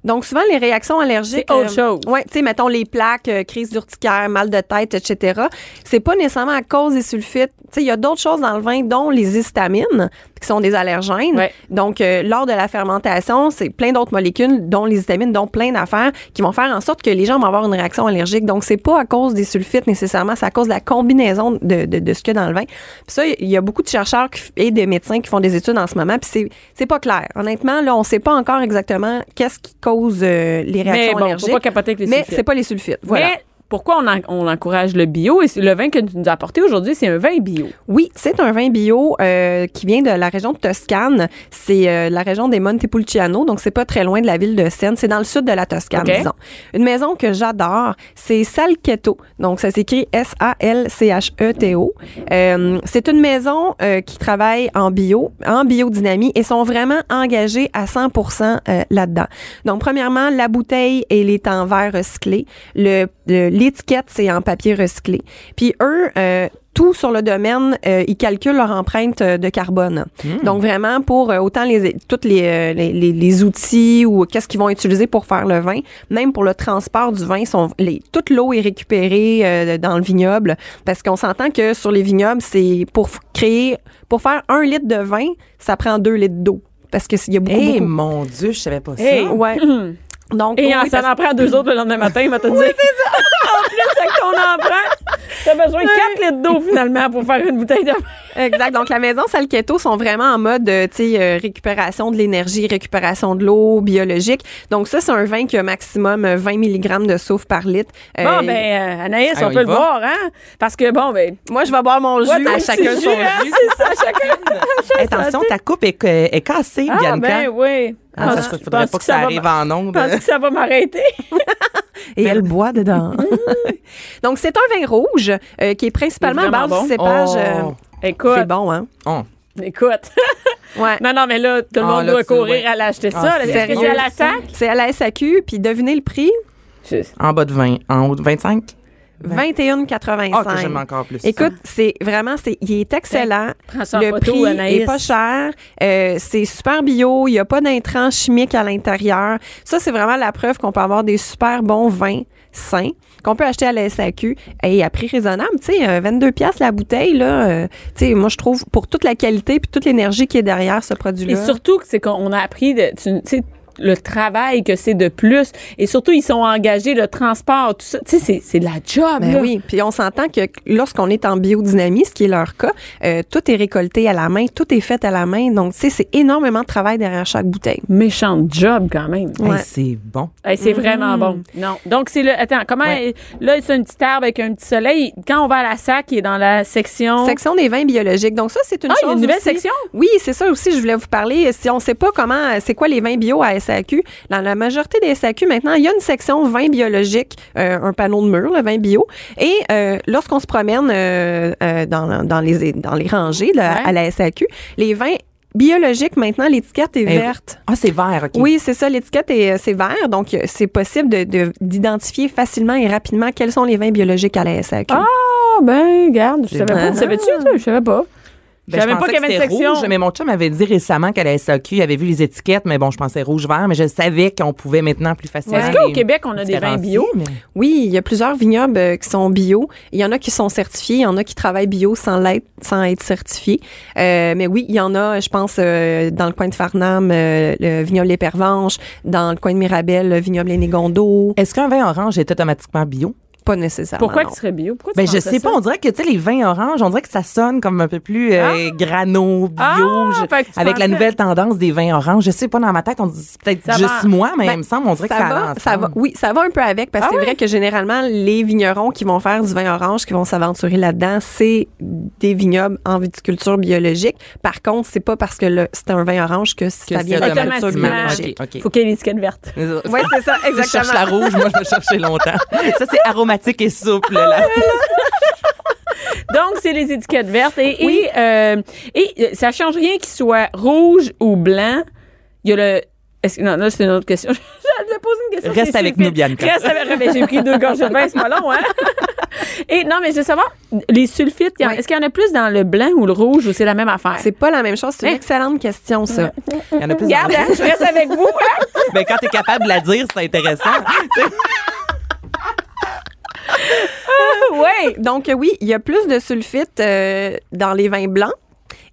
S5: Donc, souvent, les réactions allergiques. euh,
S3: C'est autre chose.
S5: Oui, tu sais, mettons les plaques, euh, crise d'urticaire, mal de tête, etc. C'est pas nécessairement à cause des sulfites. Tu sais, il y a d'autres choses dans le vin, dont les histamines, qui sont des allergènes.
S3: Ouais.
S5: Donc, euh, lors de la fermentation, c'est plein d'autres molécules, dont les histamines, dont plein d'affaires, qui vont faire en sorte que les gens vont avoir une réaction allergique. Donc, c'est pas à cause des sulfites nécessairement, c'est à cause de la combinaison de, de, de ce qu'il y a dans le vin. Puis ça, il y a beaucoup de chercheurs qui f- et des médecins qui font des études en ce moment, puis c'est- c'est pas clair. Honnêtement, là, on sait pas encore exactement qu'est-ce qui cause euh, les réactions
S3: Mais bon,
S5: allergiques.
S3: faut pas capoter avec les
S5: Mais
S3: sulfites.
S5: c'est pas les sulfites. Voilà.
S3: Mais pourquoi on, en- on encourage le bio? Et c'est- le vin que tu nous as apporté aujourd'hui, c'est un vin bio.
S5: Oui, c'est un vin bio euh, qui vient de la région de Toscane. C'est euh, la région des Montepulciano, donc c'est pas très loin de la ville de Seine. C'est dans le sud de la Toscane,
S3: Ok.
S5: disons. Une maison que j'adore, c'est Salchetto. Donc ça s'écrit S-A-L-C-H-E-T-O. E Euh, c'est une maison euh, qui travaille en bio, en biodynamie et sont vraiment engagés à 100% euh, là-dedans. Donc premièrement, la bouteille elle est en verre recyclé. Le- le- L'étiquette c'est en papier recyclé. Puis eux euh, tout sur le domaine, euh, ils calculent leur empreinte euh, de carbone.
S4: Hmm.
S5: Donc vraiment pour euh, autant les toutes les, euh, les, les- les outils ou qu'est-ce qu'ils vont utiliser pour faire le vin, même pour le transport du vin, sont les, toute l'eau est récupérée euh, dans le vignoble parce qu'on s'entend que sur les vignobles, c'est pour f- créer pour faire un litre de vin, ça prend deux litres d'eau parce que s'il y a beaucoup,
S4: Hey,
S5: beaucoup.
S4: Eh, mon Dieu, je savais pas ça.
S3: Hey.
S5: Ouais. Donc
S3: Et
S5: oui,
S3: en,
S5: parce-
S3: ça en prend deux autres le lendemain matin, il va te dire. c'est ça. en plus, avec ton emprunt, t'as besoin de 4 litres d'eau finalement pour faire une bouteille de vin.
S5: Exact. Donc, la maison Salketo sont vraiment en mode, euh, tu sais, euh, récupération de l'énergie, récupération de l'eau biologique. Donc, ça, c'est un vin qui a maximum euh, 20 mg de soufre par litre. Euh,
S3: Bon, ben, euh, Anaïs,
S4: Ah,
S3: on
S4: on
S3: peut
S4: y
S3: le
S4: va.
S3: boire, hein? Parce que bon, ben.
S5: Moi, je vais boire mon jus.
S3: what a petit jus, hein, C'est ça, chacun.
S4: Hey, attention, ta coupe est, euh, est cassée,
S3: Ah,
S4: Bianca.
S3: ben oui.
S4: Ah, ça, je- faudrait pas que ça arrive en ondes. euh,
S3: Parce que ça va m'arrêter.
S5: Et elle boit dedans. Donc, c'est un vin rouge euh, qui est principalement
S3: Il
S5: à
S3: est
S5: base
S3: vraiment
S5: du
S4: Oh.
S5: cépage. euh, C'est
S3: Écoute,
S5: bon, hein?
S4: Oh.
S3: écoute.
S5: Ouais.
S3: Non, non, mais là, tout le
S4: Ah,
S3: monde
S4: là,
S3: doit
S4: tu-
S3: courir
S4: ouais.
S3: à l'acheter ça.
S4: Ah,
S3: là.
S4: c'est
S3: Est-ce que
S4: sérieux,
S3: c'est à la sac?
S5: C'est à la SAQ, puis devinez le prix?
S4: En bas de 20. En haut de 25?
S5: 21,85.
S4: Ah,
S3: Oh,
S4: que j'aime encore plus.
S5: Écoute, c'est vraiment, c'est, il est excellent.
S3: Prends ça en
S5: le
S3: photo,
S5: prix
S3: Anaïs.
S5: est pas cher. Euh, c'est super bio. Il n'y a pas d'intrants chimiques à l'intérieur. Ça, c'est vraiment la preuve qu'on peut avoir des super bons vins sains qu'on peut acheter à la SAQ et à prix raisonnable. Tu sais, euh, 22 pièces la bouteille, là. euh, tu sais, moi, je trouve, pour toute la qualité puis toute l'énergie qui est derrière ce produit-là.
S3: Et surtout, que c'est qu'on on a appris, de, tu tu sais, le travail que c'est de plus. Et surtout, ils sont engagés, le transport, tout ça. Tu sais, c'est, c'est de la job.
S5: Ben
S3: là.
S5: oui, puis on s'entend que lorsqu'on est en biodynamie, ce qui est leur cas, euh, tout est récolté à la main, tout est fait à la main. Donc, tu sais, c'est énormément de travail derrière chaque bouteille.
S3: Méchante job quand même.
S4: Hey,
S5: Ouais.
S4: c'est bon.
S3: Hey, c'est vraiment bon. Non. Donc, c'est le. Attends, comment. euh, Là, c'est une petite herbe avec un petit soleil. Quand on va à la SAC, il est dans la section.
S5: Section des vins biologiques. Donc ça, c'est une
S3: Ah, il y a
S5: chose
S3: une nouvelle
S5: aussi-
S3: section?
S5: Oui, c'est ça aussi. Je voulais vous parler. Si on ne sait pas comment, c'est quoi les vins bio à SAQ, dans la majorité des SAQ maintenant, il y a une section vins biologiques, euh, un panneau de mur, le vin bio. Et euh, lorsqu'on se promène euh, euh, dans, dans les dans les rangées là,
S3: Ouais.
S5: à la SAQ, les vins biologiques maintenant, l'étiquette
S3: Eh
S5: est
S4: Hey,
S5: verte.
S4: Ah, c'est vert, OK.
S5: Oui, c'est ça. L'étiquette est euh, c'est vert, donc euh, c'est possible de- de- d'identifier facilement et rapidement quels sont les vins biologiques à la SAQ.
S3: Ah, ben, regarde. Je
S4: C'est
S3: savais
S4: bon.
S3: pas. Tu savais-tu, ça? Je savais pas.
S4: Ben,
S3: je savais pas
S4: pensais
S3: qu'il y
S4: que
S3: avait une
S4: c'était
S3: section.
S4: Rouge, mais mon chum avait dit récemment qu'à la SAQ, il avait vu les étiquettes, mais bon, je pensais rouge-vert, mais je savais qu'on pouvait maintenant plus facilement.
S3: Est-ce qu'au
S4: les
S3: Québec, on a des vins
S4: différencier,
S3: bio?
S4: mais-
S5: Oui, il y a plusieurs vignobles euh, qui sont bio. Il y en a qui sont certifiés, il y en a qui travaillent bio sans l'être, sans être certifiés. Euh, mais oui, il y en a, je pense, euh, dans le coin de Farnham, euh, le vignoble Les Pervenches, dans le coin de Mirabel, le vignoble Les Négondos.
S4: Est-ce qu'un vin orange est automatiquement bio?
S5: Pas nécessairement.
S3: Pourquoi
S5: non.
S3: tu serais bio? Pourquoi tu
S4: Ah, Ben, je
S3: penserais
S4: sais
S3: ça?
S4: pas. On dirait que, tu sais, les vins oranges, on dirait que ça sonne comme un peu plus euh, grano, bio.
S3: Ah,
S4: je-
S3: fait que tu
S4: avec
S3: pensais-
S4: la nouvelle tendance des vins oranges. Je sais pas, dans ma tête, on dit c'est peut-être
S3: Ça
S4: juste
S3: va-
S4: moi, mais
S5: Ben,
S4: il me semble, on dirait que ça allait
S5: va,
S4: ensemble.
S5: ça va, oui, ça va un peu avec
S3: Ah
S5: parce que c'est vrai que généralement les vignerons qui vont faire du vin orange, qui vont s'aventurer là-dedans, c'est des vignobles en viticulture biologique. Par contre, c'est pas parce que le- c'est un vin orange que,
S4: Que
S5: ça
S4: c'est
S5: vient de la culture
S3: automatiquement.
S5: biologique.
S4: OK, OK.
S3: Faut qu'il y ait l'étiquette verte.
S5: Oui, c'est ça,
S4: Je cherche
S5: exactement.
S4: la rouge, moi je vais chercher longtemps. Ça c'est aromatique et souple. Là.
S3: Donc, c'est les étiquettes vertes. Et, et, euh, et, euh, ça change rien qu'il soit rouge ou blanc. Il y a le. est-ce que- non, là, c'est une autre question. Je vais poser une question.
S4: Reste
S3: c'est
S4: avec
S3: stupide.
S4: nous, Bianca.
S3: Reste avec mais J'ai pris deux gorges de vin, c'est pas long, hein? Et non, mais je veux savoir, les sulfites, il y en-
S5: Oui.
S3: est-ce qu'il y en a plus dans le blanc ou le rouge ou c'est la même affaire?
S5: C'est pas la même chose. C'est une excellente question, ça.
S4: Il y en a plus.
S3: Regarde, hein, je reste avec vous. hein?
S4: Mais Ben, quand t'es capable de la dire, c'est intéressant.
S5: Ouais. Donc, euh, oui, il y a plus de sulfite euh, dans les vins blancs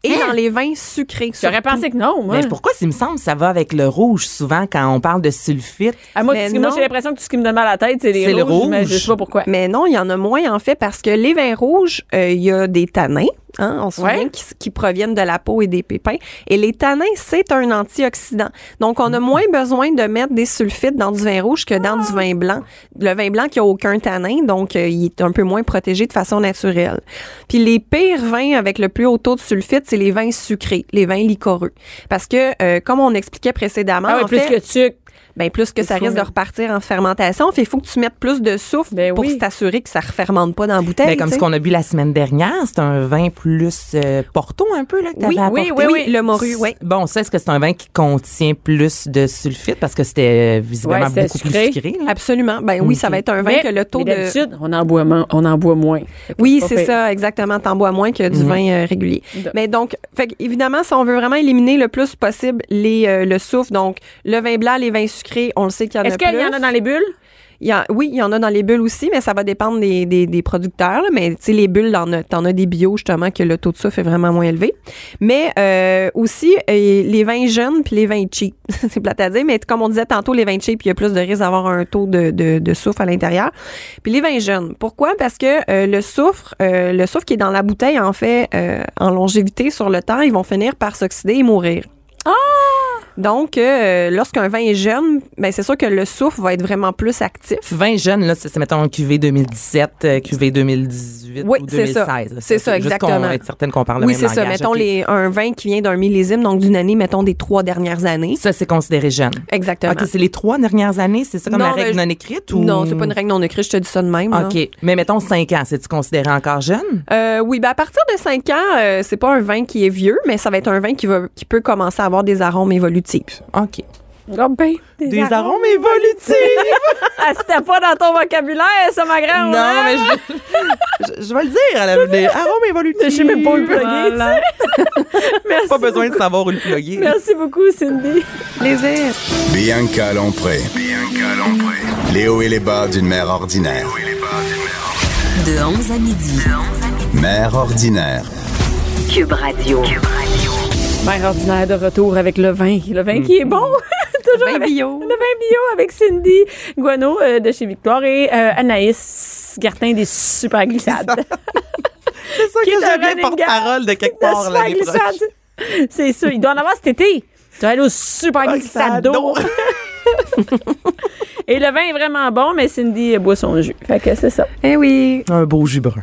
S5: et dans les vins sucrés.
S3: J'aurais
S5: surtout.
S3: pensé que non, moi.
S4: Mais pourquoi, s'il me semble, ça va avec le rouge souvent quand on parle de sulfite?
S3: Ah, moi,
S5: Mais
S3: tu sais, moi,
S5: non.
S3: j'ai l'impression que tout ce qui me donne mal à la tête, c'est les
S4: C'est le
S3: rouges. Mais
S4: rouge.
S3: je sais pas pourquoi.
S5: Mais non, il y en a moins, en fait, parce que les vins rouges, euh, il y a des tanins. Hein, on se souvient
S3: Ouais.
S5: qui, qui proviennent de la peau et des pépins. Et les tanins, c'est un antioxydant. Donc, on a
S3: Mm.
S5: moins besoin de mettre des sulfites dans du vin rouge que dans
S3: Ah!
S5: du vin blanc. Le vin blanc qui a aucun tanin, donc euh, il est un peu moins protégé de façon naturelle. Puis les pires vins avec le plus haut taux de sulfite, c'est les vins sucrés, les vins liquoreux. Parce que, euh, comme on expliquait précédemment,
S3: Ah, oui,
S5: en
S3: plus
S5: fait,
S3: que sucre.
S5: ben plus que ça
S3: fou.
S5: risque de repartir en fermentation. Fait il faut que tu mettes plus de soufre
S3: Ben
S5: pour
S3: oui.
S5: t'assurer que ça refermente pas dans la bouteille.
S4: Ben, comme ce
S5: tu sais.
S4: qu'on a bu la semaine dernière, c'est un vin plus euh, porto un peu là, que
S5: Oui,
S4: t'avais
S5: oui,
S4: apporté.
S5: oui, oui, le morue, oui.
S4: Bon, ça, est-ce que c'est un vin qui contient plus de sulfite parce que c'était euh, visiblement
S3: Ouais, c'était
S4: beaucoup
S3: sucré.
S4: plus sucré? là.
S5: Absolument. Ben oui, ça va être un vin
S3: Mais-
S5: que le taux
S3: mais
S5: de
S3: d'habitude, on en boit, moins- on en boit moins. Fait que
S5: Oui,
S3: pas
S5: c'est
S3: pire.
S5: ça, exactement. T'en bois moins que du vin euh, régulier.
S3: De-
S5: Mais donc, fait que, évidemment, si on veut vraiment éliminer le plus possible les, euh, le soufre, donc le vin blanc, les vins sucrés, on le sait qu'il y en a
S3: Est-ce
S5: plus.
S3: qu'il y en a dans les bulles?
S5: Il y en- oui, il y en a dans les bulles aussi, mais ça va dépendre des, des, des producteurs. là. mais tu sais, les bulles, t'en as, t'en as des bio, justement, que le taux de soufre est vraiment moins élevé. Mais euh, aussi, euh, les vins jeunes puis les vins cheap. C'est plate à dire, mais comme on disait tantôt, les vins cheap, il y a plus de risque d'avoir un taux de, de, de soufre à l'intérieur. Puis les vins jeunes. Pourquoi? Parce que euh, le soufre, euh, le soufre qui est dans la bouteille, en fait, euh, en longévité sur le temps, ils vont finir par s'oxyder et mourir. Donc, euh, lorsqu'un vin est jeune, ben c'est sûr que le soufre va être vraiment plus actif.
S4: Vin jeune, là, c'est, c'est, mettons, QV 2017, euh, QV 2018
S5: Oui,
S4: ou 2016.
S5: c'est ça.
S4: là.
S5: C'est ça,
S4: juste
S5: exactement.
S4: qu'on être certaine qu'on parle le
S5: Oui,
S4: même
S5: c'est ça.
S4: langage.
S5: Mettons
S4: OK.
S5: les, un vin qui vient d'un millésime, donc d'une année, mettons des trois dernières années.
S4: Ça, c'est considéré jeune.
S5: Exactement.
S4: OK, c'est les trois dernières années, c'est ça comme
S5: Non,
S4: la règle
S5: mais-
S4: non écrite? Ou...
S5: Non, c'est pas une règle non écrite, je te dis ça de même. là.
S4: OK. Mais mettons 5 ans, c'est-tu considéré encore jeune?
S5: Euh, oui, ben à partir de 5 ans, euh, c'est pas un vin qui est vieux, mais ça va être un vin qui, va, qui peut commencer à avoir des arômes évolutifs.
S4: OK.
S3: ben, des,
S4: évolutifs!
S3: Ah, c'était pas dans ton vocabulaire, ça, ma grande. hein?
S4: non, mais je, je, je vais le dire à Ah, l'avenir. Arôme évolutif.
S3: Je sais même pas où le plugger,
S4: Voilà.
S3: Merci
S4: Ah, Pas besoin de
S3: beaucoup.
S4: savoir où le plugger.
S3: Merci beaucoup, Cindy.
S5: Plaisir.
S2: Bianca Lompré. Les hauts et les bas d'une mère ordinaire.
S1: De 11 à midi.
S2: Mère ordinaire.
S1: Cube Radio.
S4: Mm.
S3: Mère ordinaire de retour avec le vin. Le vin qui est bon. toujours
S5: Vin
S3: avec-
S5: bio.
S3: Le vin Ben, bio avec Cindy Guano euh, de chez Victoire et euh, Anaïs Gartin des super glissades.
S4: C'est ça
S3: Qui
S4: que
S3: est
S4: j'aime
S3: un
S4: bien porte-parole de quelque
S3: La
S4: part
S3: super
S4: l'année prochaine. Ah,
S3: glissade. C'est ça. Il doit en avoir cet été. Tu vas aller au super glissade d'eau. Et le vin est vraiment bon, mais Cindy boit son jus. Fait que c'est ça.
S5: Eh oui.
S4: Un beau jus brun.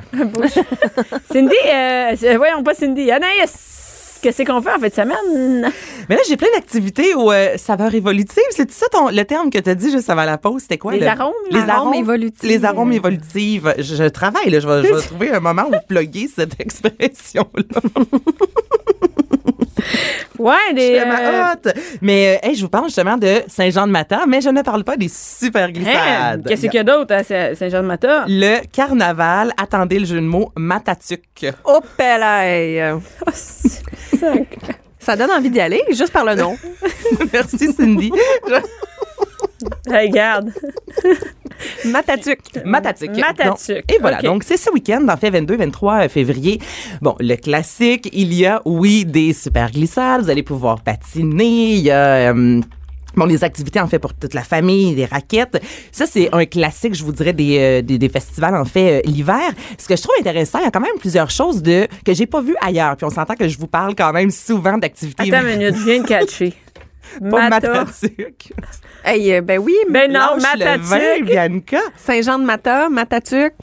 S3: Cindy, euh, c'est- voyons pas Cindy. Anaïs, qu'est-ce qu'on fait en fin de semaine?
S4: Mais là, j'ai plein d'activités aux euh, saveurs évolutives. C'est ça ton, le terme que tu as dit juste avant la pause? C'était quoi?
S3: Les
S4: le-
S3: arômes.
S4: Les
S5: Arômes
S4: arômes,
S5: évolutives.
S4: Les arômes évolutives. Je, je travaille, là. Je vais, je vais trouver un moment où plugger cette expression-là.
S3: Ouais,
S4: Je Ah, suis
S3: des.
S4: vraiment
S3: euh,
S4: hâte. Mais euh, hey, je vous parle justement de Saint-Jean-de-Matin, mais je ne parle pas des super
S3: hein,
S4: glissades.
S3: Qu'est-ce qu'il y a d'autre à Saint- Saint-Jean-de-Mata?
S4: Le carnaval, attendez le jeu de mots, matatuc.
S5: Hop là, hey.
S3: Ah, c'est- c'est-
S5: Ça donne envie d'y aller, juste par le nom.
S4: Merci Cindy.
S3: Hey, Regarde.
S5: Matatuc.
S4: Matatuc.
S3: Matatuc.
S4: Donc, et voilà,
S3: Ok.
S4: donc c'est ce week-end, en fait, 22-23 février. Bon, le classique, il y a, oui, des super glissades, vous allez pouvoir patiner, il y a... euh, Bon, les activités, en fait, pour toute la famille, des raquettes. Ça, c'est un classique, je vous dirais, des, euh, des, des festivals, en fait, euh, l'hiver. Ce que je trouve intéressant, il y a quand même plusieurs choses de, que j'ai pas vues ailleurs. Puis on s'entend que je vous parle quand même souvent d'activités.
S3: Attends une minute, viens de catcher.
S4: Pas de
S3: Mata.
S4: matatuc.
S5: Hey, euh, ben oui, mais
S3: Ben non,
S4: Lâche le
S3: Matatuc.
S4: vin, Bianca.
S5: Saint-Jean de Mata, Matatuc.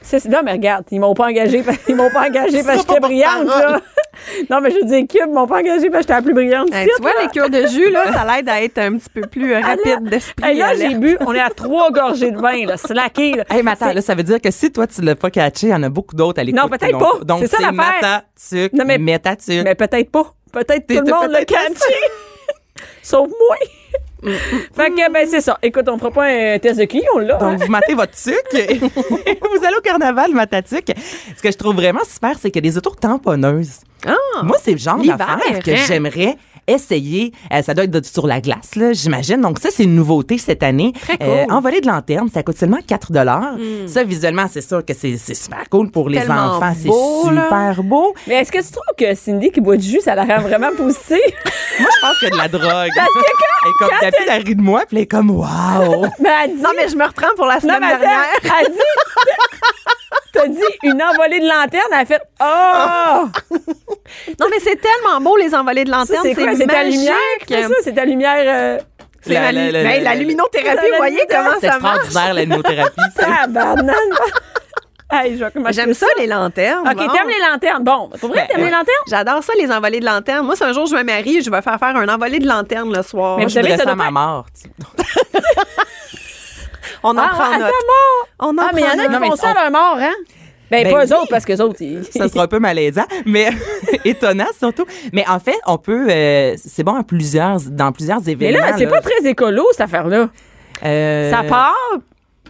S3: Ça, c'est- non, mais regarde, ils m'ont pas engagé, parce- ils m'ont pas engagé parce que
S4: pas
S3: j'étais brillante, là. Non, mais je veux dire, Cube m'ont pas engagé parce que j'étais la plus brillante.
S4: Ben,
S5: Hey,
S3: ici,
S5: tu vois,
S3: là.
S5: les cures de jus, là, ça l'aide à être un petit peu plus euh, rapide d'esprit.
S3: Hey, là,
S5: alerte.
S3: j'ai bu, on est à trois gorgées de vin, là, slacké, là.
S4: Hey, Mata, là, ça veut dire que si toi, tu l'as pas catché, il y en a beaucoup d'autres à l'écoute.
S3: Non, peut-être
S4: qui l'ont
S3: pas.
S4: Donc,
S3: C'est ça
S4: c'est
S3: l'affaire.
S4: Mata, tuc,
S3: Non, mais-
S4: Meta, tuc.
S5: Hein?
S3: Mais peut-être pas. Peut-être tout le
S4: T'étais
S3: monde l'a
S4: peut-être pas
S3: catché. Sauf moi. fait que, ben, c'est ça. Écoute, on fera pas un test de client, là.
S4: Donc, vous matez votre sucre et vous allez au carnaval, Matatuc. Ce que je trouve vraiment super, c'est qu'il y a des autos tamponneuses. Moi, c'est le genre
S5: Ah! l'hiver,
S4: d'affaire que
S5: hein.
S4: j'aimerais essayer. Euh, ça doit être de- sur la glace, là, j'imagine. Donc, ça, c'est une nouveauté cette année. Euh, envolée de lanterne, ça coûte seulement 4 Ça, visuellement, c'est sûr que c'est c'est super cool pour les
S5: Hmm. Tellement
S4: enfants. C'est
S5: beau, là.
S4: super beau.
S3: Mais est-ce que tu trouves que Cindy qui boit du jus, ça la rend vraiment positive?
S4: Moi, je pense qu'il y a de la drogue. Parce que quand, et comme David, elle rit de moi, puis elle est comme, waouh!
S3: mais elle dit,
S5: Non, mais je me reprends pour la
S3: Non,
S5: semaine
S3: mais attends,
S5: dernière.
S3: elle dit, t'as dit une envolée de lanterne, elle a fait, oh!
S5: Ah! Non, mais c'est tellement beau, les envolées de
S3: Ça,
S5: lanterne.
S3: c'est quoi? C'est ta lumière qui fait ça? C'est ta lumière. euh,
S5: C'est ma lu- ben, la luminothérapie,
S3: la
S5: vous voyez
S3: luminothérapie,
S5: comment
S4: C'est
S5: ça marche?
S4: extraordinaire, la luminothérapie.
S3: tabarnane. hey, je vais commencer.
S5: J'aime ça, euh, les lanternes.
S3: OK,
S5: bon.
S3: t'aimes les lanternes. Bon, pour vrai,
S4: Ben,
S3: t'aimes les
S4: ouais.
S3: lanternes?
S5: J'adore ça, les envolées de lanterne. Moi, si un jour je me marie, je vais faire faire un envolée de lanterne le soir.
S3: Mais
S4: Moi,
S3: vous
S4: je
S3: savez,
S4: voudrais
S3: ça
S4: ça à
S3: doit pas
S4: ma mort.
S5: On en
S3: Ah,
S5: prend
S3: à ta
S5: note.
S3: mort!
S5: On en
S3: Ah, mais il y en
S5: prend
S3: a qui
S5: note.
S3: font ça à leur mort, hein? Ben,
S4: Ben
S3: pas eux
S4: oui.
S3: autres, parce qu'eux autres, ils.
S4: ça sera un peu malaisant, mais étonnant surtout. Mais en fait, on peut, euh, c'est bon à plusieurs, dans plusieurs
S3: Mais
S4: événements.
S3: là, c'est pas très écolo, cette affaire-là.
S4: Euh,
S3: Ça part,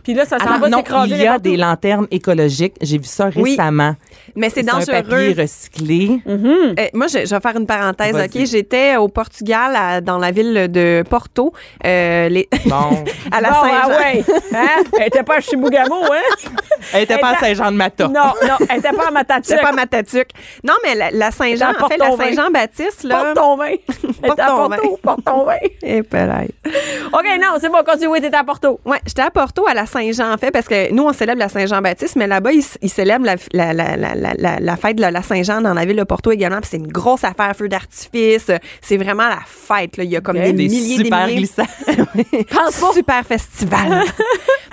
S3: puis là, ça s'en
S4: alors
S3: va
S4: non,
S3: s'écraser.
S4: il y a
S3: n'importe où.
S4: des lanternes écologiques. J'ai vu ça
S5: Oui.
S4: récemment.
S5: Mais c'est
S4: Un papier
S5: dangereux.
S4: recyclé.
S3: Mhm.
S5: Eh, moi, je, je vais faire une parenthèse,
S4: Vas-y.
S5: OK? J'étais au Portugal, à- dans la ville de Porto, euh, les-
S4: Bon,
S5: à la
S3: Bon,
S5: Saint-Jean.
S3: ah ouais. Hein? Elle était pas à Chibougamau, hein?
S4: elle était pas à Saint-Jean-de-Mata.
S3: Non, non, elle était pas à Matatuc.
S5: C'est pas Matatuc. Non, mais la, la Saint-Jean,
S3: Dans
S5: en fait, la
S3: Porto-Vin.
S5: Saint-Jean-Baptiste, là.
S3: Porte ton vin. Elle était à
S5: Porte ton
S3: Porto, porte ton vin.
S5: Eh, peut-être.
S3: OK, non, c'est bon, continue. Oui, t'es à Porto.
S5: Ouais, j'étais à Porto à la Saint-Jean en fait parce que nous on célèbre la Saint-Jean-Baptiste, mais là-bas ils, ils célèbrent la, la, la, la, la- la, la fête de la Saint-Jean dans la ville de Porto également. puis C'est une grosse affaire feu d'artifice. euh, C'est vraiment la fête. Là. Il y a comme
S3: Ok.
S5: des
S4: Des
S5: milliers,
S4: super
S5: des milliers.
S4: glissades.
S3: Pense pas.
S5: Super festival.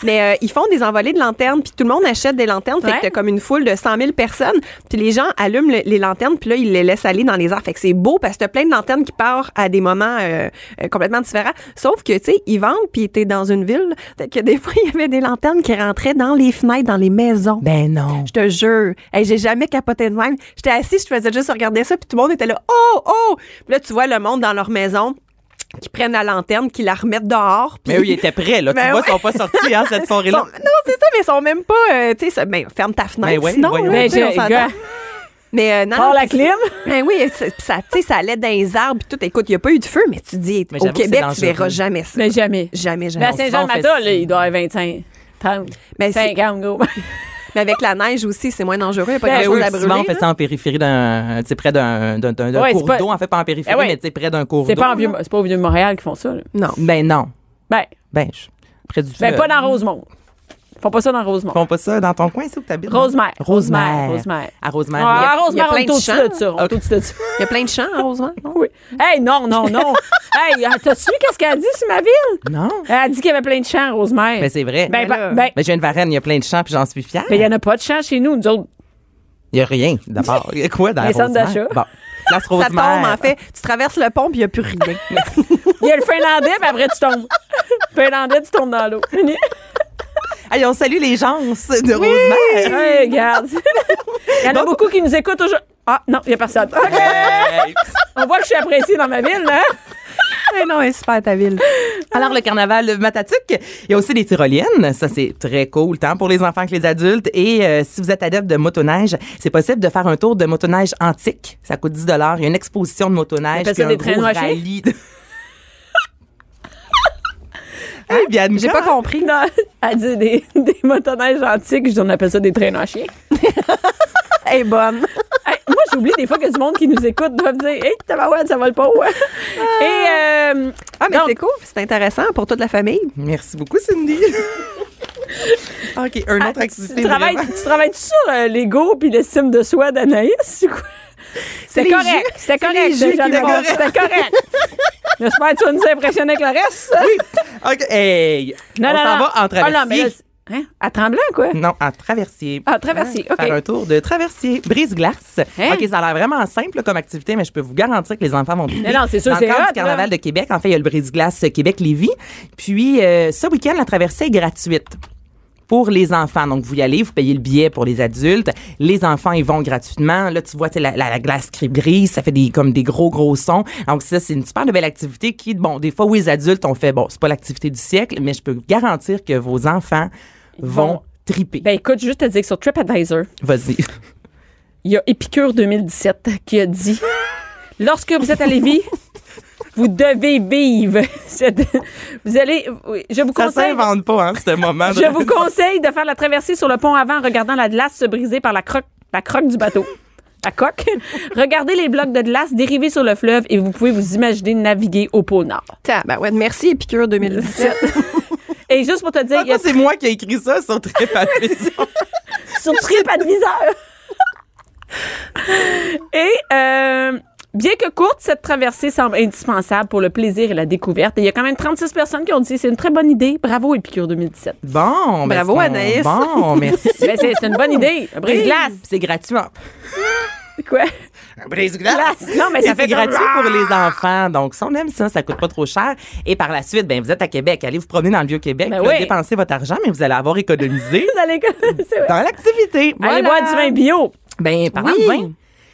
S5: Mais euh, ils font des envolées de lanternes, puis tout le monde achète des lanternes. Fait
S3: Ouais.
S5: que t'as comme une foule de 100 000 personnes, puis les gens allument le- les lanternes, puis là, ils les laissent aller dans les airs. Fait que c'est beau parce que t'as plein de lanternes qui partent à des moments euh, euh, complètement différents. Sauf que, tu sais, ils vendent, puis t'es dans une ville. Fait que des fois, il y avait des lanternes qui rentraient dans les fenêtres, dans les maisons.
S4: Ben non.
S5: Je te jure. Hey, j'ai jamais capoté de même. J'étais assise, je faisais juste regarder ça, puis tout le monde était là. Oh, oh! Puis là, tu vois le monde dans leur maison qui prennent la lanterne, qui la remettent dehors. puis-
S4: Mais oui, il était prêt, là. Tu
S5: Ben
S4: vois,
S5: ouais.
S4: ils sont pas sortis, hein, cette
S5: Ils sont-
S4: soirée-là.
S5: non, c'est ça, mais ils sont même pas. euh, tu sais, ça- ben, ferme ta fenêtre.
S4: Ben ouais,
S5: sinon,
S4: voyons.
S5: là,
S3: Ben,
S5: tu sais, on
S3: je-
S5: s'entend.
S3: gars.
S5: Mais euh, non, non,
S3: Par la clim.
S5: ben oui, c'est- pis ça, tu sais, ça allait dans les arbres, puis tout. Écoute, il n'y a pas eu de feu, mais tu dis,
S4: Mais
S5: au
S4: j'avoue que
S5: Québec,
S4: c'est
S5: tu verras
S4: dangereux.
S5: jamais ça.
S3: Mais Ben, jamais.
S5: Jamais,
S3: Mais
S5: jamais.
S3: à
S4: on se
S3: Saint-Jean-Mata,
S4: confesse.
S3: là, il doit avoir 25. 30.
S5: Ben, c'est-
S3: 50, gros.
S5: Mais avec la neige aussi, c'est moins dangereux. Il n'y a pas
S4: Ben
S5: grand-chose
S4: oui,
S5: à
S4: souvent, on
S5: brûler.
S4: fait ça en périphérie d'un, tu sais, près d'un, d'un, d'un- d'un
S3: Ouais,
S4: cours
S3: c'est pas-
S4: d'eau. En fait, pas en périphérie,
S3: Ben ouais.
S4: mais tu sais, près d'un cours
S3: C'est
S4: d'eau.
S3: pas, en vieux,
S4: là.
S3: c'est pas au vieux de Montréal qui font ça. là.
S5: Non.
S4: Ben non.
S3: Ben,
S4: Ben, je- près du
S3: ben
S4: fleuve.
S3: pas dans Rosemont. Ils font pas ça dans Rosemont.
S4: Ils Euh, font pas ça dans ton coin, c'est où t'habites? non?
S3: Rosemère.
S4: Rosemère.
S3: Rosemère.
S4: À Rosemère. il y a-
S3: Ah,
S5: il y a
S3: Rosemère, on
S5: plein
S3: est
S5: de
S3: au-dessus
S5: champs.
S3: de ça. On est au-dessus de ça.
S5: Il y a plein de champs, heureusement.
S3: Oui. Hey, non, non, non. hey, t'as su qu'est-ce qu'elle a dit sur ma ville?
S4: Non.
S3: Elle a dit qu'il y avait plein de champs, Rosemère.
S4: Ben, c'est vrai.
S3: Ah. Ben,
S4: Ben,
S3: ben,
S5: là-
S3: ben,
S4: je viens de Varennes, il y a plein de champs, puis j'en suis fière.
S3: ben, il n'y en a pas de champs chez nous, nous autres.
S4: Il y a rien, d'abord. Il y a quoi dans
S3: Les centres
S4: Rosemère?
S3: d'achat.
S4: Bon. Place
S5: Ça
S4: Rosemère.
S5: tombe, en fait. Tu traverses le pont, puis il n'y a plus rien.
S3: Il y a le Finlandais, puis après, tu tombes. Finlandais, tu tombes dans l'eau. Fini.
S4: Hey, on salue les gens de Rosemère.
S3: Hey, regarde. Il y en a beaucoup qui nous écoutent aujourd'hui. Ah, non, il n'y a personne. OK.
S4: Hey.
S3: On voit que je suis appréciée dans ma ville, hein? là.
S5: Eh non, elle est super, ta ville.
S4: Alors, le carnaval de Matatuc, il y a aussi des tyroliennes. Ça, c'est très cool, tant pour les enfants que les adultes. Et euh, si vous êtes adepte de motoneige, c'est possible de faire un tour de motoneige antique. Ça coûte 10 Il y a une exposition de motoneige.
S3: appelle ça
S4: puis un
S3: des
S4: gros
S3: traîneaux à chiens?
S4: rallye. Eh bien,
S5: J'ai pas compris.
S3: Non, elle dit des, des motoneiges antiques. Je dis, on appelle ça des traîneaux à chiens.
S5: Elle est bonne.
S3: Hey, moi, j'oublie des fois que du monde qui nous écoute doivent dire Hey, tabarouette, ça vole pas, ouais. Et euh,
S5: Ah, mais
S3: Donc-
S5: c'est cool. C'est intéressant pour toute la famille.
S4: Merci beaucoup, Cindy. OK, un autre activité.
S3: tu, travailles,
S4: vraiment.
S3: tu travailles sur euh, l'ego puis l'estime de soi d'Anaïs, c'est quoi? C'est
S5: les
S3: correct,
S5: jeux-
S3: c'est
S5: c'est les
S3: correct,
S5: jeux
S3: c'est
S5: qui
S3: correct.
S5: m'intéressent.
S3: C'est correct. J'espère que tu vas nous impressionner avec le reste.
S4: OK, hey, on s'en va en
S3: Ah, non, mais
S4: traversier.
S3: là, c'est- hein? À tremblant, quoi?
S4: Non, en traversier.
S3: Ah, traversier,
S4: Ouais,
S3: OK.
S4: Faire un tour de traversier. Brise-glace.
S3: Hein?
S4: OK, ça a l'air vraiment simple comme activité, mais je peux vous garantir que les enfants vont triper.
S3: Mais non, c'est sûr,
S4: Dans
S3: c'est
S4: le cadre
S3: hot,
S4: du carnaval
S3: là.
S4: de Québec, en fait, il y a le brise-glace Québec-Lévis. Puis, euh, ce week-end, la traversée est gratuite pour les enfants. Donc, vous y allez, vous payez le billet pour les adultes. Les enfants, ils vont gratuitement. Là, tu vois, tu sais, la, la, la glace cri- brise, ça fait des, comme des gros, gros sons. Donc, ça, c'est une super de belle activité qui, bon, des fois, oui, les adultes, on fait, bon, c'est pas l'activité du siècle, mais je peux vous garantir que vos enfants vont,
S3: vont-
S4: triper.
S3: Ben écoute, juste te dire que sur TripAdvisor,
S4: Vas-y.
S3: il y a Épicure 2017 qui a dit Lorsque vous êtes à Lévis, vous devez vivre. cette- Vous allez. Je vous
S4: Ça
S3: conseille.
S4: s'invente pas, hein, ce moment.
S3: Je vous conseille de faire la traversée sur le pont avant en regardant la glace se briser par la croque, la croque du bateau. La coque. Regardez les blocs de glace dérivés sur le fleuve et vous pouvez vous imaginer naviguer au pôle Nord.
S5: Tiens, ben ouais, merci, Épicure 2017.
S3: Et juste pour te dire, il y a
S4: c'est moi qui ai écrit ça sur TripAdvisor.
S3: sur TripAdvisor. et euh, bien que courte, cette traversée semble indispensable pour le plaisir et la découverte. Et il y a quand même 36 personnes qui ont dit c'est une très bonne idée. Bravo, Épicure 2017.
S4: bon, ben,
S5: Bravo,
S4: c'est-
S5: Anaïs.
S4: Bon, merci.
S3: Ben, c'est c'est une bonne idée. Un Brise-glace.
S4: C'est gratuit. hein.
S3: Quoi?
S4: Un brise-glace.
S3: Non, mais
S4: Et
S3: ça
S4: c'est
S3: fait comme-
S4: gratuit pour les enfants. Donc, si on aime ça, ça coûte pas trop cher. Et par la suite, ben, vous êtes à Québec. Allez vous promener dans le Vieux-Québec.
S3: Ben
S4: là,
S3: oui.
S4: Dépensez votre argent, mais vous allez avoir économisé
S3: Dans les- c'est vrai.
S4: dans l'activité.
S3: Allez boire
S4: Voilà.
S3: du vin Hein? bio.
S4: Ben, par
S5: Oui.
S4: exemple,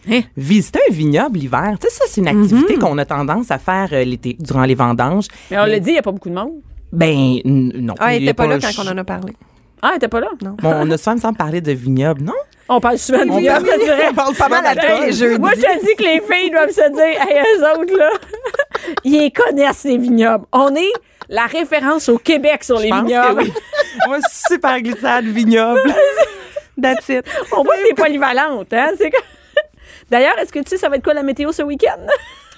S4: vin. Visiter un vignoble l'hiver, tu sais, ça, c'est une activité
S3: Mm-hmm.
S4: qu'on a tendance à faire euh, l'été, durant les vendanges.
S3: Mais on l'a dit, il n'y a pas beaucoup de monde.
S4: Ben, n- non.
S5: Ah, elle
S4: Il y
S5: n'était
S4: a
S5: pas là
S4: le
S5: quand
S4: ch-
S5: on en a parlé.
S3: Ah, elle était pas là?
S4: Bon, on a souvent, me semble, parlé de vignoble, non?
S5: Ah,
S3: On parle souvent de vignoble, je dirais.
S4: on parle pas mal
S3: Hey,
S4: d'alcool.
S3: Moi, je te dis que les filles doivent se dire, hey, eux autres, là, ils les connaissent, les vignobles. On est la référence au Québec sur les
S4: Je pense
S3: vignobles.
S4: que oui. Moi, super glissade, vignoble.
S5: That's it.
S3: On voit que t'es polyvalente, hein? C'est que- D'ailleurs, est-ce que tu sais ça va être quoi la météo ce week-end?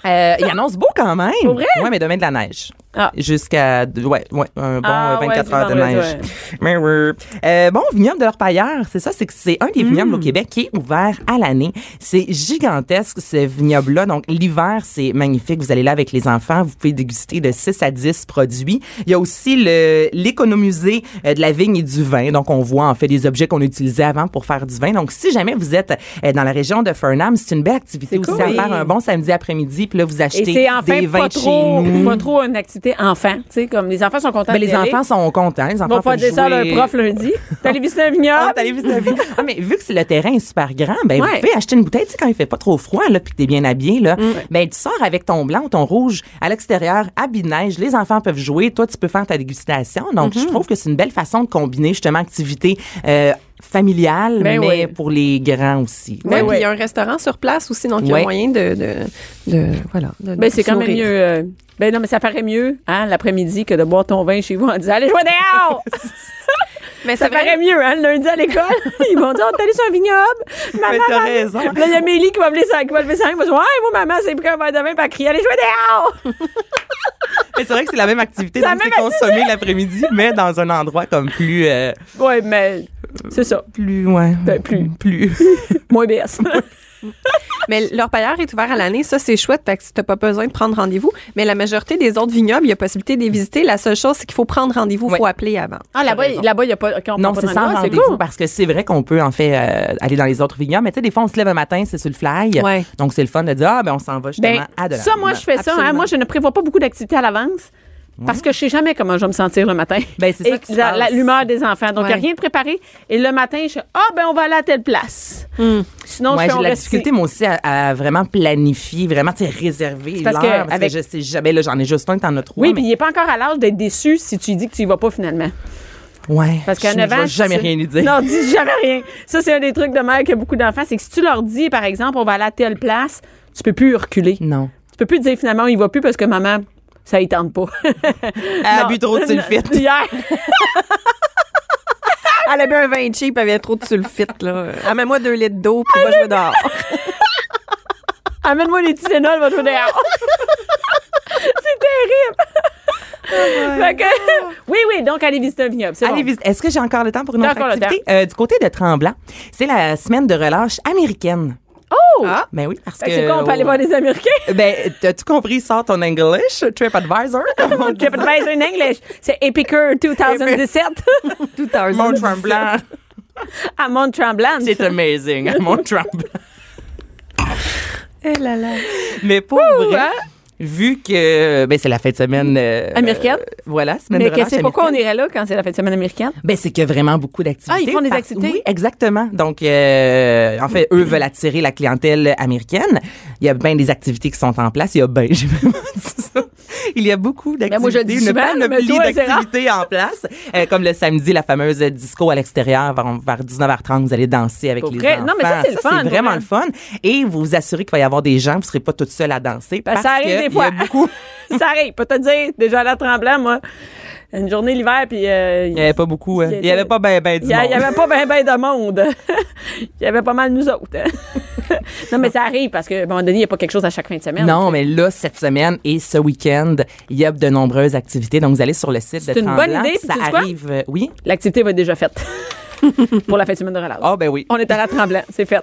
S4: Euh, il annonce beau quand même.
S3: Pour vrai?
S4: Ouais, mais demain de la neige.
S3: Ah.
S4: Jusqu'à. Ouais, ouais, un bon
S3: Ah,
S4: euh,
S3: ouais,
S4: 24
S3: du
S4: heures de
S3: vendredi,
S4: neige. Mais oui. Euh, bon, vignoble de l'Orpailleur, c'est ça, c'est que c'est un
S3: Mm.
S4: des vignobles au Québec qui est ouvert à l'année. C'est gigantesque, ce vignoble-là. Donc, l'hiver, c'est magnifique. Vous allez là avec les enfants, vous pouvez déguster de 6 à 10 produits. Il y a aussi le- l'économusée euh, de la vigne et du vin. Donc, on voit en fait des objets qu'on utilisait avant pour faire du vin. Donc, si jamais vous êtes euh, dans la région de Fernam, c'est une belle activité aussi
S3: cool.
S4: à faire un bon samedi après-midi. Puis là, vous achetez
S3: Et c'est enfin
S4: des vins
S3: pas
S4: de chez
S3: trop,
S4: nous.
S3: pas trop une activité enfant. Tu sais, comme les enfants sont contents.
S4: Mais
S3: d'y
S4: les
S3: aller.
S4: enfants sont contents. Les
S3: Ils vont
S4: enfants
S3: pas
S4: peuvent
S3: dire ça à leur
S4: jouer.
S3: prof lundi. T'as allé visiter un vignoble?
S4: Ah, t'as allé visiter la ville. Ah, mais vu que c'est le terrain est super grand, ben,
S3: Ouais.
S4: vous pouvez acheter une bouteille, tu sais, quand il fait pas trop froid, là, puis que t'es bien habillé, là.
S3: Mm.
S4: Ben, tu sors avec ton blanc ou ton rouge à l'extérieur, habit de neige, les enfants peuvent jouer, toi, tu peux faire ta dégustation. Donc,
S3: Mm-hmm.
S4: je trouve que c'est une belle façon de combiner, justement, activité, euh, familiale,
S3: Ben
S4: mais
S3: oui. Ben
S4: pour les grands aussi.
S5: Ouais,
S3: Ouais,
S5: puis il y a
S3: ouais.
S5: un restaurant sur place aussi, donc il y a
S4: Ouais.
S5: moyen de, de, de- voilà. de-
S3: Ben,
S5: de
S3: c'est quand même
S5: s'nourrir.
S3: mieux. euh, ben non, mais ça ferait mieux hein, l'après-midi que de boire ton vin chez vous en disant Allez jouer dehors! Mais ça paraît mieux, hein, le lundi à l'école. Ils vont dire, on est allé sur un vignoble. Maman,
S4: Mais t'as raison.
S3: Là, il y a Mélie qui va me laisser qui va lever sa main, qui va dire, ouais, moi, maman, c'est pris un verre de vin, pas crier, allez jouer dehors!
S4: Mais c'est vrai que c'est la même activité,
S3: C'est la
S4: donc c'est
S3: même
S4: consommé l'après-midi, mais dans un endroit comme plus, euh,
S3: Ouais, mais c'est ça.
S4: plus, ouais,
S3: Ben, plus.
S4: plus.
S3: Moins BS.
S5: Mais l'orpailleur est ouvert à l'année, ça c'est chouette, fait que t'as pas besoin de prendre rendez-vous. Mais la majorité des autres vignobles, il y a possibilité de les visiter. La seule chose, c'est qu'il faut prendre rendez-vous, il faut
S4: Ouais.
S5: appeler avant.
S3: ah, là-bas, il- là-bas, il n'y a pas. ok, on prend
S4: Non,
S3: pas
S4: c'est
S3: de
S4: sans
S3: notes,
S4: rendez-vous parce que c'est vrai qu'on peut en fait euh, aller dans les autres vignobles, mais tu sais des fois on se lève un matin, c'est sur le fly.
S5: Ouais.
S4: Donc c'est le fun de dire ah ben on s'en va justement
S3: Ben,
S4: à de
S3: ça, moi, je fais ça. hein.
S5: Absolument.
S3: Moi, je ne prévois pas beaucoup d'activités à l'avance. Parce que je sais jamais comment je vais me sentir le matin.
S4: Ben, c'est ça
S3: Et
S4: qui se
S3: la-
S4: passe.
S3: la- L'humeur des enfants. Donc, il n'y a
S5: Ouais.
S3: rien de préparé. Et le matin, je fais, ah, ben, on va aller à telle place. Sinon,
S4: Moi,
S3: je fais,
S4: Hmm. j'ai
S3: on
S4: de la
S3: reste
S4: difficulté,
S3: ici.
S4: moi aussi, à, à vraiment planifier, vraiment, tu sais, réserver
S3: C'est parce
S4: l'heure.
S3: que
S4: Parce que,
S3: avec-
S4: je sais jamais, là, j'en ai juste un, t'en as trois.
S3: Oui,
S4: mais-
S3: puis il n'est pas encore à l'âge d'être déçu si tu lui dis que tu y vas pas finalement.
S4: Ouais.
S3: Parce qu'à
S4: je
S3: 9
S4: ne
S3: ans.
S4: vais jamais
S3: tu-
S4: rien lui dire.
S3: Non, dis jamais rien. Ça, c'est un des trucs de mère que beaucoup d'enfants. C'est que si tu leur dis, par exemple, on va aller à telle place, tu peux plus reculer.
S4: Non.
S3: Tu peux plus dire finalement, on y va plus parce que maman, ça y tente pas.
S4: Elle a
S3: Non.
S4: bu trop de sulfite.
S3: Hier.
S5: Ah, Elle a bu un vin cheap, elle avait trop de sulfite, là. Amène-moi deux litres d'eau, puis va jouer dehors.
S3: Amène-moi les Tylenol, va jouer dehors. c'est terrible. Fait que- oui, oui, donc allez visiter un vignoble. c'est
S4: Oh Allez,
S3: bon.
S4: visite. Est-ce que j'ai encore le temps pour une
S3: T'as
S4: autre
S3: encore le
S4: activité? Euh, du côté de Tremblant, c'est la semaine de relâche américaine.
S3: Oh!
S5: Ah.
S4: Ben oui, parce
S3: Fait
S4: que.
S3: que c'est quoi, on peut aller voir des Américains?
S4: Ben, t'as-tu compris, sort ton English, TripAdvisor, comme on dit.
S3: TripAdvisor in English. C'est Epicure 2017
S5: Tout à l'heure.
S4: Mont Tremblant.
S3: à Mont-Tremblant.
S4: C'est amazing, à Mont Tremblant.
S5: Eh là là.
S4: Mais pour vrai,
S3: hein?
S4: vu que ben, c'est la fin de semaine euh,
S3: Américaine.
S4: euh, voilà, semaine
S3: Mais
S4: de
S3: que
S4: relâche
S3: c'est pourquoi on
S4: américaine.
S3: irait là quand c'est la fin de semaine américaine?
S4: Ben, c'est qu'il y a vraiment beaucoup d'activités.
S3: Ah, ils font des
S4: Parce-
S3: activités?
S4: Oui, exactement. Donc, euh, en fait, eux veulent attirer la clientèle américaine. Il y a bien des activités qui sont en place. Il y a bien, j'ai vraiment dit ça. Il y a beaucoup d'activités.
S3: Ben, moi, je le dis
S4: une
S3: souvent, mais
S4: panoplie
S3: toi, c'est rare.
S4: d'activités en place. Euh, comme le samedi, la fameuse disco à l'extérieur vers, vers 19h30. Vous allez danser avec
S3: Pour
S4: les
S3: vrai?
S4: enfants.
S3: Non, mais ça, c'est le fun,
S4: C'est vraiment
S3: pour
S4: le fun. Et vous vous assurez qu'il va y avoir des gens. Vous serez pas toute seule à danser.
S3: Ben,
S4: parce
S3: ça
S4: que
S3: arrive des
S4: il y a
S3: fois.
S4: beaucoup.
S3: ça arrive. Peut te dire, déjà à la tremblant, moi, une journée l'hiver, puis euh,
S4: Il y avait pas beaucoup. hein.
S3: Il y
S4: Il y avait
S3: avait-
S4: pas ben, ben du
S3: il y, a- il y
S4: monde.
S3: avait pas ben ben de monde. il y avait pas mal nous autres. non, mais ça arrive parce qu'à un moment donné, il n'y a pas quelque chose à chaque fin de semaine.
S4: Non, mais là, cette semaine et ce week-end, il y a de nombreuses activités. Donc, vous allez sur le site de
S3: C'est une bonne
S4: Tremblant,
S3: idée,
S4: puis
S3: puis
S4: Ça
S3: tu sais quoi?
S4: arrive, euh, oui?
S3: L'activité va être déjà faite pour la fin de semaine de relâche.
S4: Ah, ben oui.
S3: On est à la tremblant, c'est fait.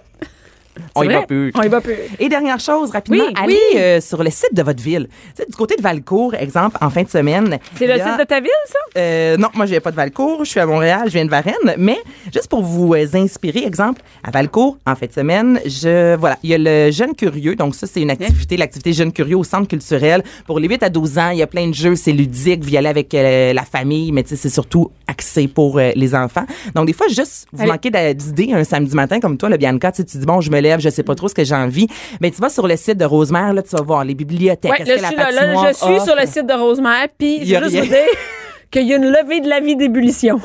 S3: C'est
S4: On y va
S3: vrai?
S4: plus.
S3: On y va plus.
S4: Et dernière chose, rapidement,
S3: Oui,
S4: allez
S3: oui.
S4: euh, sur le site de votre ville. Tu sais, du côté de Valcourt, exemple, en fin de semaine.
S3: C'est
S4: il
S3: le
S4: y a-
S3: site de ta ville, ça?
S4: Euh, non, moi, je viens pas de Valcourt. Je suis à Montréal, je viens de Varennes. Mais juste pour vous euh, inspirer, exemple, à Valcourt, en fin de semaine, je, voilà, il y a le Jeune Curieux. Donc, ça, c'est une activité, l'activité Jeune Curieux au Centre culturel. Pour les 8 à 12 ans, il y a plein de jeux, c'est ludique, vous y allez avec euh, la famille, mais tu sais, c'est surtout axé pour euh, les enfants. Donc, des fois, juste, vous
S3: Allez.
S4: manquez d'a- d'idées un samedi matin, comme toi, le Bianca, tu sais, tu dis, bon, je me lève, je sais pas trop ce que j'ai envie. Mais tu vas sur le site de Rosemère, là, tu vas voir les bibliothèques.
S3: Ouais,
S4: est-ce
S3: là,
S4: que
S3: je
S4: la
S3: suis, là, là,
S4: patinoire
S3: je suis sur le
S4: offre-
S3: site de Rosemère, puis
S4: Il y
S3: je
S4: a
S3: veux juste
S4: rien.
S3: vous dire qu'il y a une levée de la vie d'ébullition.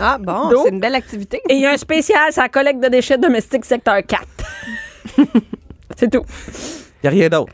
S5: Ah bon,
S3: D'eau.
S5: c'est une belle activité.
S3: Et il y a un spécial, c'est la collecte de déchets domestiques secteur 4. c'est tout.
S4: Il y a rien d'autre.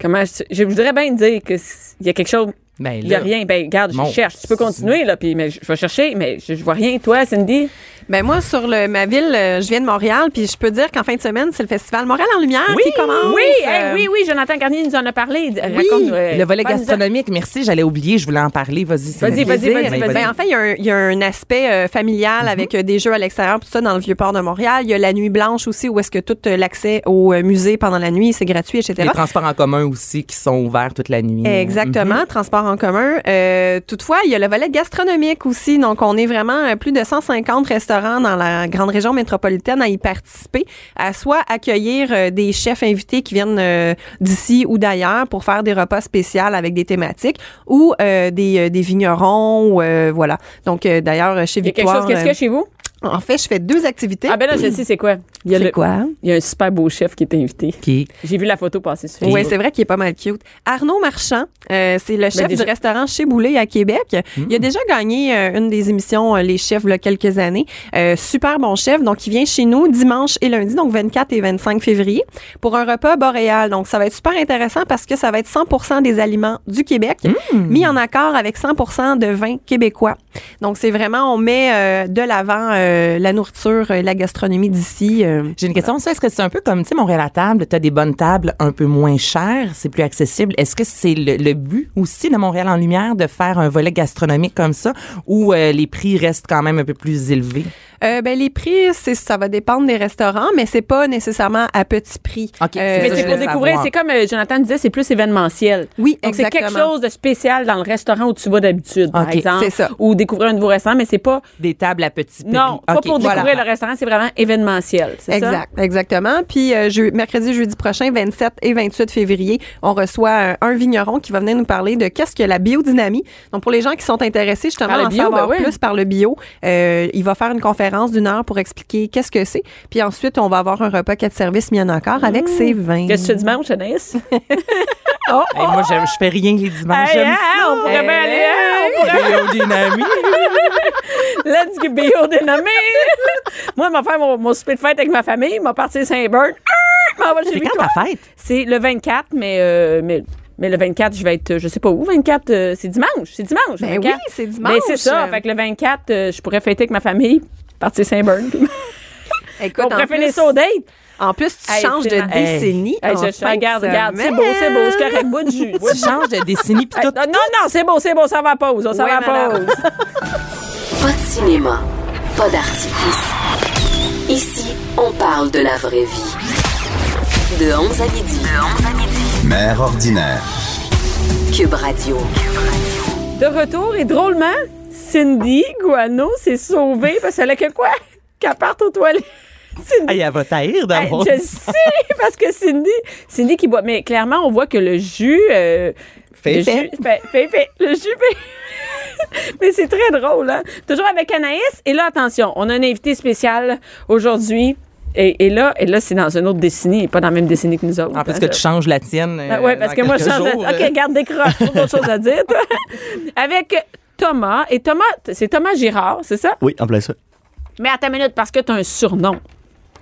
S3: Comment je, je voudrais bien dire qu'il y a quelque chose.
S4: Ben,
S3: Il n'y a
S4: là.
S3: rien. Ben, regarde,
S4: Mon-
S3: je cherche. Tu peux continuer, là, puis mais je je vais chercher, mais je, je vois rien. Toi, Cindy?
S5: Ben moi, sur le, ma ville, euh, je viens de Montréal, puis je peux dire qu'en fin de semaine, c'est le festival Montréal en lumière
S4: Oui,
S5: qui commence.
S3: oui, hey,
S5: Euh,
S3: oui, oui, Jonathan Garnier nous en a parlé. Dis- Raconte-nous. euh,
S4: Le volet
S3: parle-nous-en.
S4: gastronomique, merci, j'allais oublier, je voulais en parler. Vas-y, c'est
S3: Vas-y,
S4: le
S3: vas-y,
S4: plaisir.
S3: vas-y, vas-y. Mm-hmm.
S5: Ben, en fait, il y a un- il y, a un aspect euh, familial avec euh, des jeux à l'extérieur, tout ça, dans le vieux port de Montréal. Il y a la nuit blanche aussi, où est-ce que tout euh, l'accès au euh, musée pendant la nuit, c'est gratuit, etc.
S4: Les transports en commun aussi qui sont ouverts toute la nuit. Mm.
S5: Exactement, transport en commun. Euh, toutefois, il y a le volet gastronomique aussi. Donc, on est vraiment à plus de 150 restaurants dans la grande région métropolitaine à y participer, à soit accueillir euh, des chefs invités qui viennent euh, d'ici ou d'ailleurs pour faire des repas spéciaux avec des thématiques ou euh, des, euh, des vignerons. ou, euh, voilà. Donc, euh, d'ailleurs, chez
S3: Il y a quelque
S5: Victoire...
S3: chose. Qu'est-ce
S5: euh,
S3: qu'il y a chez vous?
S5: En fait, je fais deux activités.
S3: Ah ben là, je sais c'est quoi. Il y a
S6: C'est
S3: le-
S6: quoi?
S3: Il y a un super beau chef qui est invité.
S4: Qui?
S3: J'ai vu la photo passer sur
S5: Oui,
S3: Facebook.
S5: c'est vrai qu'il est pas mal cute. Arnaud Marchand, euh, c'est le chef
S3: déjà-
S5: du restaurant Chez Boulet à Québec. Il a déjà gagné euh, une des émissions euh, Les Chefs il y a quelques années. Euh, super bon chef. Donc, il vient chez nous dimanche et lundi, donc 24 et 25 février, pour un repas boréal. Donc, ça va être super intéressant parce que ça va être 100 des aliments du Québec mis en accord avec 100 de vin québécois. Donc, c'est vraiment, on met euh, de l'avant euh, la nourriture, euh, la gastronomie d'ici. euh,
S4: J'ai une question. Ça, est-ce que c'est un peu comme, tu sais, Montréal à table, t'as des bonnes tables un peu moins chères, c'est plus accessible. Est-ce que c'est le, le but aussi de Montréal en lumière de faire un volet gastronomique comme ça où euh, les prix restent quand même un peu plus élevés?
S5: Euh, ben, les prix, c'est, ça va dépendre des restaurants, mais c'est pas nécessairement à petit prix.
S4: OK,
S5: Euh,
S4: c'est
S3: Mais
S4: ça,
S3: c'est
S4: je
S3: pour
S4: voulais
S3: découvrir,
S4: savoir.
S3: c'est comme euh, Jonathan disait, c'est plus événementiel.
S5: Oui,
S3: Donc c'est quelque
S5: exactement.
S3: chose de spécial dans le restaurant où tu vas d'habitude, par
S4: Ok,
S3: exemple,
S5: c'est ça.
S3: ou découvrir un nouveau restaurant, mais c'est pas
S4: Des tables à petits prix.
S3: non, pas
S4: OK,
S3: pour
S4: voilà.
S3: découvrir le restaurant, c'est vraiment événementiel, c'est ça
S5: Exact, exactement. Puis euh, je- mercredi, jeudi prochain, 27 et 28 février, on reçoit un, un vigneron qui va venir nous parler de qu'est-ce que la biodynamie. Donc pour les gens qui sont intéressés justement
S3: Par le
S5: à en
S3: bio,
S5: savoir
S3: ben oui.
S5: plus par le bio, euh, il va faire une conférence d'une heure pour expliquer qu'est-ce que c'est. Puis ensuite, on va avoir un repas quatre services mis en accord avec ses vins.
S3: Mmh. Qu'est-ce que tu fais dimanche, Anaïs?
S4: Hey, moi, j'aime- je fais rien les dimanches.
S3: Hey,
S4: j'aime
S3: hein,
S4: ça.
S3: on pourrait bien aller, hein, on pourrait-
S4: Biodynamie.
S3: Let's go bio dénommé. Moi, je vais faire mon, mon souper de fête avec ma famille, je vais partir Saint-Bern. Ah, m'en vais chez
S4: C'est quand
S3: Victoire.
S4: ta fête?
S3: C'est le 24, mais, euh, mais, mais le 24, je vais être, euh, je sais pas où, 24, euh, c'est dimanche, c'est dimanche.
S5: Ben
S3: 24.
S5: oui, c'est dimanche.
S3: Ben, c'est ça, fait que le 24, euh, je pourrais fêter avec ma famille, partir Saint-Bern. puis
S5: Écoute,
S3: On
S5: en
S3: pourrait finir
S5: plus-
S3: ça au date.
S5: En plus, tu
S3: Hey,
S5: changes
S3: c'est
S5: de
S3: ma-
S4: Hey.
S5: décennie.
S3: Hey,
S5: en
S3: je, je-
S5: fin de
S3: regarde, regarde, c'est
S5: semaine.
S3: beau, c'est beau, c'est correct, bout de jus.
S4: Tu changes de décennie puis
S3: Hey,
S4: tout.
S3: non, non, c'est beau, c'est beau, ça va à pause, ça
S5: Ouais,
S3: va à
S5: madame.
S3: pause.
S1: Pas de cinéma, pas d'artifice. Ici, on parle de la vraie vie. De 11 à midi.
S2: Mère ordinaire.
S1: Cube Radio.
S3: De retour, et drôlement, Cindy Guano s'est sauvée parce qu'elle a que quoi? Qu'elle parte aux toilettes. Cindy.
S7: Ah,
S4: Hey, elle va taire
S3: Hey,
S4: d'abord.
S3: je le sais, parce que Cindy, Cindy qui boit. Mais clairement, on voit que le jus. euh,
S4: Fait
S3: le
S4: fait.
S3: jus. fait- fait- fait. Le jus fait- Mais c'est très drôle, hein? Toujours avec Anaïs. Et là, attention, on a un invité spécial aujourd'hui. Et, et là, et là c'est dans une autre décennie, et pas dans la même décennie que nous autres.
S4: En plus
S3: hein,
S4: Ah, que
S3: ça.
S4: tu changes la tienne. euh,
S3: Ah ouais, parce que moi, je change. de-
S4: ben,
S3: OK, garde des croches. Pas d'autre chose à dire, toi. Avec Thomas. Et Thomas, t- c'est Thomas Girard, c'est ça?
S7: Oui, en plein ça.
S3: Mais à ta minute, parce que tu as un surnom.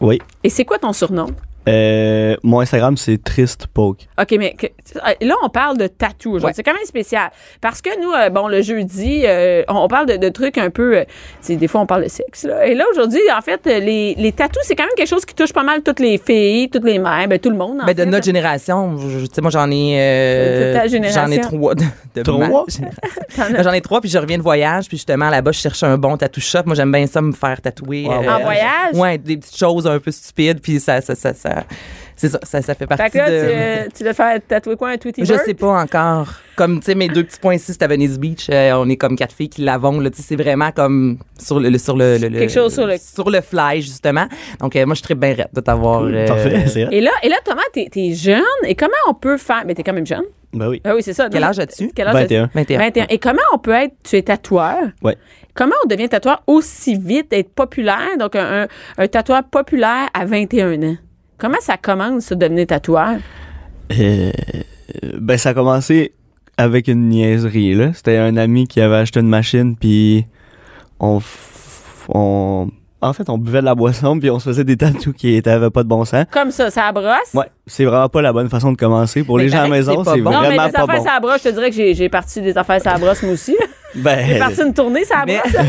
S7: Oui.
S3: Et c'est quoi ton surnom?
S7: Euh, mon Instagram, c'est Triste Poke.
S3: OK, mais que- euh, là, on parle de tatou aujourd'hui. C'est quand même spécial. Parce que nous, euh, bon, le jeudi, euh, on, on parle de, de trucs un peu. euh, tu sais, des fois, on parle de sexe. Là. Et là, aujourd'hui, en fait, euh, les, les tatous, c'est quand même quelque chose qui touche pas mal toutes les filles, toutes les mères, ben, tout le monde. en
S4: Mais de
S3: fait.
S4: notre génération, je- je- tu sais, moi, j'en ai. euh,
S3: De ta génération.
S4: J'en ai trois. De, de
S7: Trois?
S4: ma génération. Moi, J'en ai trois, puis je reviens de voyage, puis justement, là-bas, je cherche un bon tatou shop. Moi, j'aime bien ça, me faire tatouer. euh,
S7: Wow.
S3: En voyage?
S4: Ouais, des petites choses un peu stupides, puis ça. ça, ça, ça c'est ça, ça, ça fait partie
S3: Fait que là,
S4: de.
S3: tu, euh, tu dois faire tatouer quoi, un Tweety
S4: Je
S3: Bird?
S4: sais pas encore. Comme, tu sais, mes deux petits points ici, c'est à Venice Beach. euh, on est comme quatre filles qui l'avons. là. Tu sais, C'est vraiment comme sur le, le- sur le, le- le-
S3: Quelque chose sur le-
S4: fly, justement. Donc, euh, moi, je suis très bien raide de t'avoir. euh,
S7: Parfait, c'est vrai.
S3: Et là, et là Thomas, t'es es jeune. Et comment on peut faire. Mais t'es quand même jeune.
S7: Ben oui.
S3: Ah oui, c'est ça.
S4: Quel
S3: Non,
S4: âge as-tu?
S3: Quel âge as-tu?
S7: 21.
S4: 21.
S3: 21. Et comment on peut être. Tu es tatoueur.
S7: Ouais.
S3: Comment on devient tatoueur aussi vite, être populaire? Donc, un, un- un tatoueur populaire à 21 ans. Comment ça commence, ça, devenir tatoueur?
S7: Euh, ben, ça a commencé avec une niaiserie, là. C'était un ami qui avait acheté une machine, puis on, f- on. En fait, on buvait de la boisson, puis on se faisait des tatous qui n'avaient pas de bon sens.
S3: Comme ça, ça brosse?
S7: Ouais, c'est vraiment pas la bonne façon de commencer. Pour
S4: Mais
S7: les gens à la
S4: paraît que
S7: maison,
S4: c'est pas
S7: c'est
S4: bon.
S3: Non, mais
S7: vraiment
S3: des
S7: pas
S3: affaires,
S7: bon.
S3: ça brosse. Je te dirais que j'ai- j'ai parti des affaires, ça brosse, moi aussi. J'ai
S7: Ben,
S3: parti une tournée, ça
S4: Mais-
S3: brosse.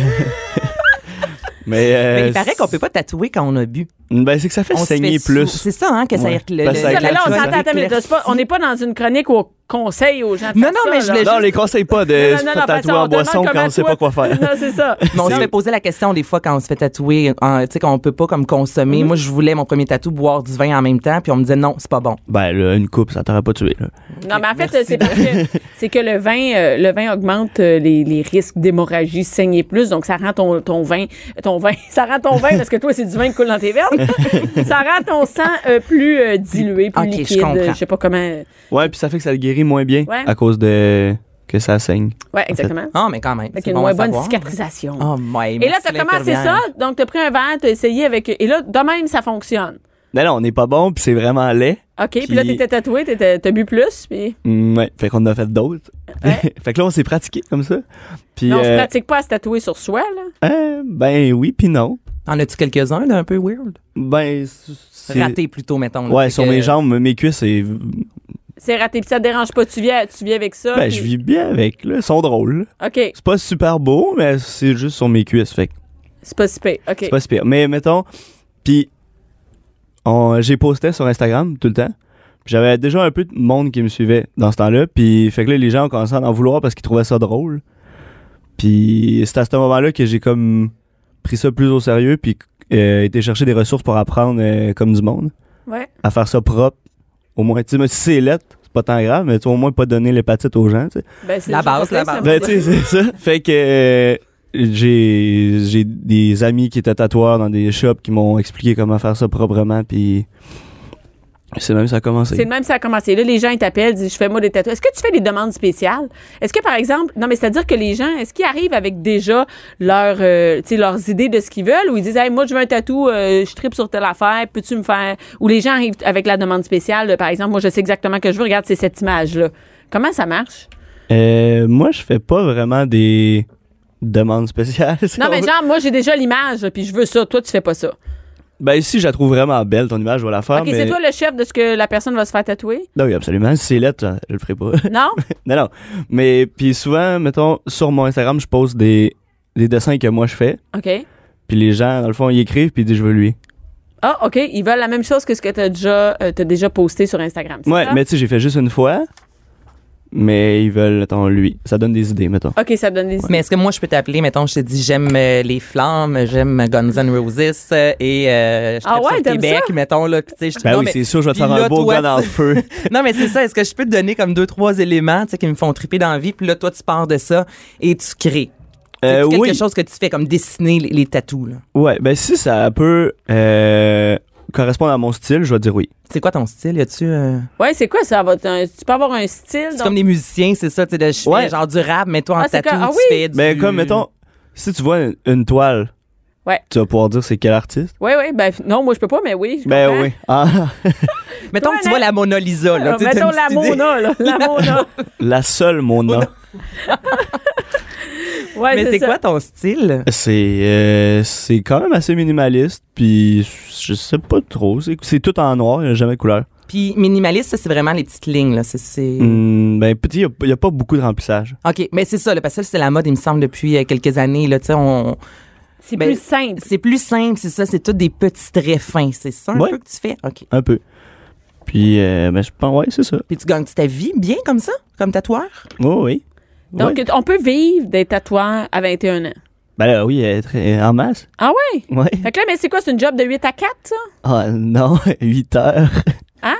S7: mais, euh,
S4: Mais il paraît qu'on peut pas tatouer quand on a bu.
S7: Ben, c'est que ça fait
S4: On se
S7: saigner
S4: fait sou-
S7: plus.
S4: C'est ça, hein, que ça
S7: Ouais.
S4: irrite le-
S7: Parce
S4: le-
S7: que
S3: Ça, mais là, on
S7: la-
S3: s'entend, attends, mais c'est pas- on n'est pas dans une chronique où on conseille aux gens de
S4: Non,
S3: faire
S4: non,
S3: ça,
S4: mais je
S3: là.
S4: voulais
S7: Non, on les conseille pas de se faire
S3: parce
S7: tatouer en
S3: qu'on demande
S7: boisson quand
S3: comment
S7: on sait
S3: toi-
S7: pas quoi faire.
S3: Non, c'est ça.
S4: Mais on se
S7: C'est-
S4: fait poser la question des fois quand on se fait tatouer, en- tu sais, qu'on peut pas comme
S3: Mm-hmm.
S4: consommer. Moi, je voulais mon premier tatou boire du vin en même temps, puis on me disait non, c'est pas bon.
S7: Ben, là, une coupe, ça t'aurait pas tué. Là.
S3: Non, mais en fait, c'est parce que, c'est que le vin, euh, le vin augmente euh, les, les risques d'hémorragie, saigner plus, donc ça rend ton, ton vin, ton vin, ça rend ton vin, parce que toi, c'est du vin qui coule dans tes veines, ça rend ton sang euh, plus euh, dilué, plus
S4: Ok, je
S3: liquide,
S4: comprends.
S3: je sais pas comment.
S7: Ouais, puis ça fait que ça le guérit moins bien
S3: Ouais.
S7: à cause de que ça saigne.
S3: Ouais, exactement.
S4: Ah, mais quand même.
S3: Fait
S4: c'est
S3: qu'il y a une
S4: bon
S3: moins
S4: à
S3: bonne
S4: savoir.
S3: cicatrisation.
S4: Oh, my,
S3: et là,
S4: merci,
S3: t'as commencé ça,
S4: l'infirmière.
S3: donc t'as pris un verre, t'as essayé avec. Et là, de même, ça fonctionne.
S7: Non, non, on n'est pas bon, puis c'est vraiment laid.
S3: OK, puis, là,
S7: Puis-
S3: t'étais tatoué, t'étais- t'as bu plus, puis.
S7: Mm, ouais, fait qu'on en a fait d'autres.
S3: Ouais.
S7: fait que là, on s'est pratiqué comme ça. Puis,
S3: Non, on se
S7: euh,
S3: pratique pas à se tatouer sur soi, là.
S7: euh, ben oui, puis non.
S4: En as-tu quelques-uns d'un peu weird?
S7: Ben, c'est...
S4: Raté plutôt, mettons. là,
S7: Ouais,
S4: fait
S7: sur
S4: que-
S7: mes jambes, mes cuisses, c'est...
S3: C'est raté, puis ça te dérange pas, tu viens, tu viens avec ça.
S7: Ben,
S3: puis-
S7: je vis bien avec, là. Ils sont drôles.
S3: OK,
S7: C'est pas super beau, mais c'est juste sur mes cuisses, fait que
S3: c'est pas si pire. OK.
S7: c'est pas si pire. Mais mettons, puis on- j'ai posté sur Instagram tout le temps. Puis J'avais déjà un peu de monde qui me suivait dans ce temps-là, puis fait que là, les gens ont commencé à en vouloir parce qu'ils trouvaient ça drôle. Puis c'est à ce moment-là que j'ai comme pris ça plus au sérieux, puis euh, été chercher des ressources pour apprendre euh, comme du monde,
S3: Ouais.
S7: à faire ça propre. Au moins, tu sais, mais si c'est lettre, c'est pas tant grave, mais tu sais, au moins pas donner l'hépatite aux gens, tu sais.
S3: Ben, c'est
S4: La
S3: le
S4: base,
S3: genre de
S4: la
S3: réflexe,
S7: Ben, tu sais, c'est ça. Fait que euh, j'ai j'ai des amis qui étaient tatoueurs dans des shops qui m'ont expliqué comment faire ça proprement, puis c'est même ça a commencé.
S3: C'est le même, ça a commencé. Là, les gens, ils t'appellent, disent, je fais moi des tatouages. Est-ce que tu fais des demandes spéciales? Est-ce que, par exemple, non, mais c'est-à-dire que les gens, est-ce qu'ils arrivent avec déjà leur, euh, tu sais, leurs idées de ce qu'ils veulent ou ils disent, hey, moi, je veux un tatou, euh, je tripe sur telle affaire, peux-tu me faire? Ou les gens arrivent avec la demande spéciale, là, par exemple, moi, je sais exactement que je veux, regarde, c'est cette image-là. Comment ça marche?
S7: Euh, moi, je fais pas vraiment des demandes spéciales. si
S3: Non,
S7: on
S3: mais
S7: veut.
S3: genre, moi, j'ai déjà l'image, là, puis je veux ça. Toi, tu fais pas ça.
S7: Ben, si je la trouve vraiment belle, ton image, je vais la faire,
S3: OK,
S7: Ah, mais...
S3: c'est toi le chef de ce que la personne va se faire tatouer?
S7: Non, oui, absolument. Si c'est lettre, je le ferai pas.
S3: Non?
S7: non, non. Mais, puis souvent, mettons, sur mon Instagram, je pose des, des dessins que moi, je fais,
S3: OK.
S7: puis les gens, dans le fond, ils écrivent, puis ils disent « je veux lui ».
S3: Ah, OK. Ils veulent la même chose que ce que tu as déjà, euh, t'as déjà posté sur Instagram. c'est
S7: Ouais,
S3: ça?
S7: mais tu sais, j'ai fait juste une fois. Mais ils veulent, attends, lui. Ça donne des idées, mettons.
S3: OK, ça donne des idées.
S4: Mais est-ce que moi, je peux t'appeler, mettons, je te dis, j'aime euh, les flammes, j'aime Guns N' Roses euh, et euh, je
S3: Ah
S4: tripe
S3: ouais,
S4: sur
S3: t'aimes
S4: Québec, mettons, là. Puis, tu sais, je-
S7: Ben
S4: non,
S7: oui,
S4: mais-
S7: c'est sûr, je vais te
S4: puis
S7: faire un
S4: là,
S7: beau
S4: toi,
S7: gars dans le
S4: tu-
S7: feu.
S4: Non, mais c'est ça. Est-ce que je peux te donner comme deux, trois éléments, tu sais, qui me font triper dans la vie, puis là, toi, tu pars de ça et tu crées.
S7: Euh,
S4: C'est quelque
S7: oui.
S4: chose que tu fais, comme dessiner les, les tatous, là.
S7: Ouais, ben si ça peut euh, correspondre à mon style, je vais dire oui.
S4: C'est quoi ton style? Y a-tu. euh,
S3: Ouais, c'est quoi ça? va être un- tu peux avoir un style.
S4: C'est
S3: donc-
S4: comme des musiciens, c'est ça, tu sais, de- je fais
S7: Ouais.
S4: genre du rap, mais toi en
S3: Ah, c'est
S4: tatou,
S3: que- ah
S4: tu
S3: oui.
S4: fais du...
S7: Ben comme, mettons, si tu vois une, une toile,
S3: Ouais.
S7: tu vas pouvoir dire c'est quel artiste.
S3: Ouais, ouais, ben non, moi je peux pas, mais oui. je comprends.
S7: Ben oui. Ah,
S4: Mettons
S3: toi,
S4: que tu vois
S3: Alex-
S4: la Mona Lisa, là.
S3: Alors,
S4: tu sais, t'as
S3: mettons
S4: une
S3: la
S4: petite idée.
S3: Mona, là. La Mona.
S7: la seule, mon nom.
S3: Ouais,
S4: Mais c'est
S3: ça.
S4: quoi ton style?
S7: C'est euh, c'est quand même assez minimaliste, puis je sais pas trop. C'est c'est tout en noir, il n'y a jamais de couleur.
S4: Puis minimaliste, ça, c'est vraiment les petites lignes, là. C'est- C'est...
S7: Hmm, ben petit, il n'y a pas beaucoup de remplissage.
S4: OK, mais c'est ça, là, parce que ça, c'est la mode, il me semble, depuis euh, quelques années, là, tu sais, on...
S3: C'est
S4: Ben,
S3: plus simple.
S4: C'est plus simple, c'est ça, c'est tout des petits traits fins, c'est ça un
S7: Ouais.
S4: peu que tu fais? OK.
S7: Un peu. Puis, euh, ben, je pense, ouais, c'est ça.
S4: Puis tu gagnes ta vie bien comme ça, comme tatoueur?
S7: Oh, oui.
S3: Donc,
S7: Ouais.
S3: on peut vivre des tatouages à 21 ans.
S7: Ben là, oui, euh, très- en masse.
S3: Ah ouais?
S7: Ouais.
S3: Fait que là, mais c'est quoi? C'est une job de 8 à 4, ça?
S7: Ah, non, 8 heures.
S3: Hein?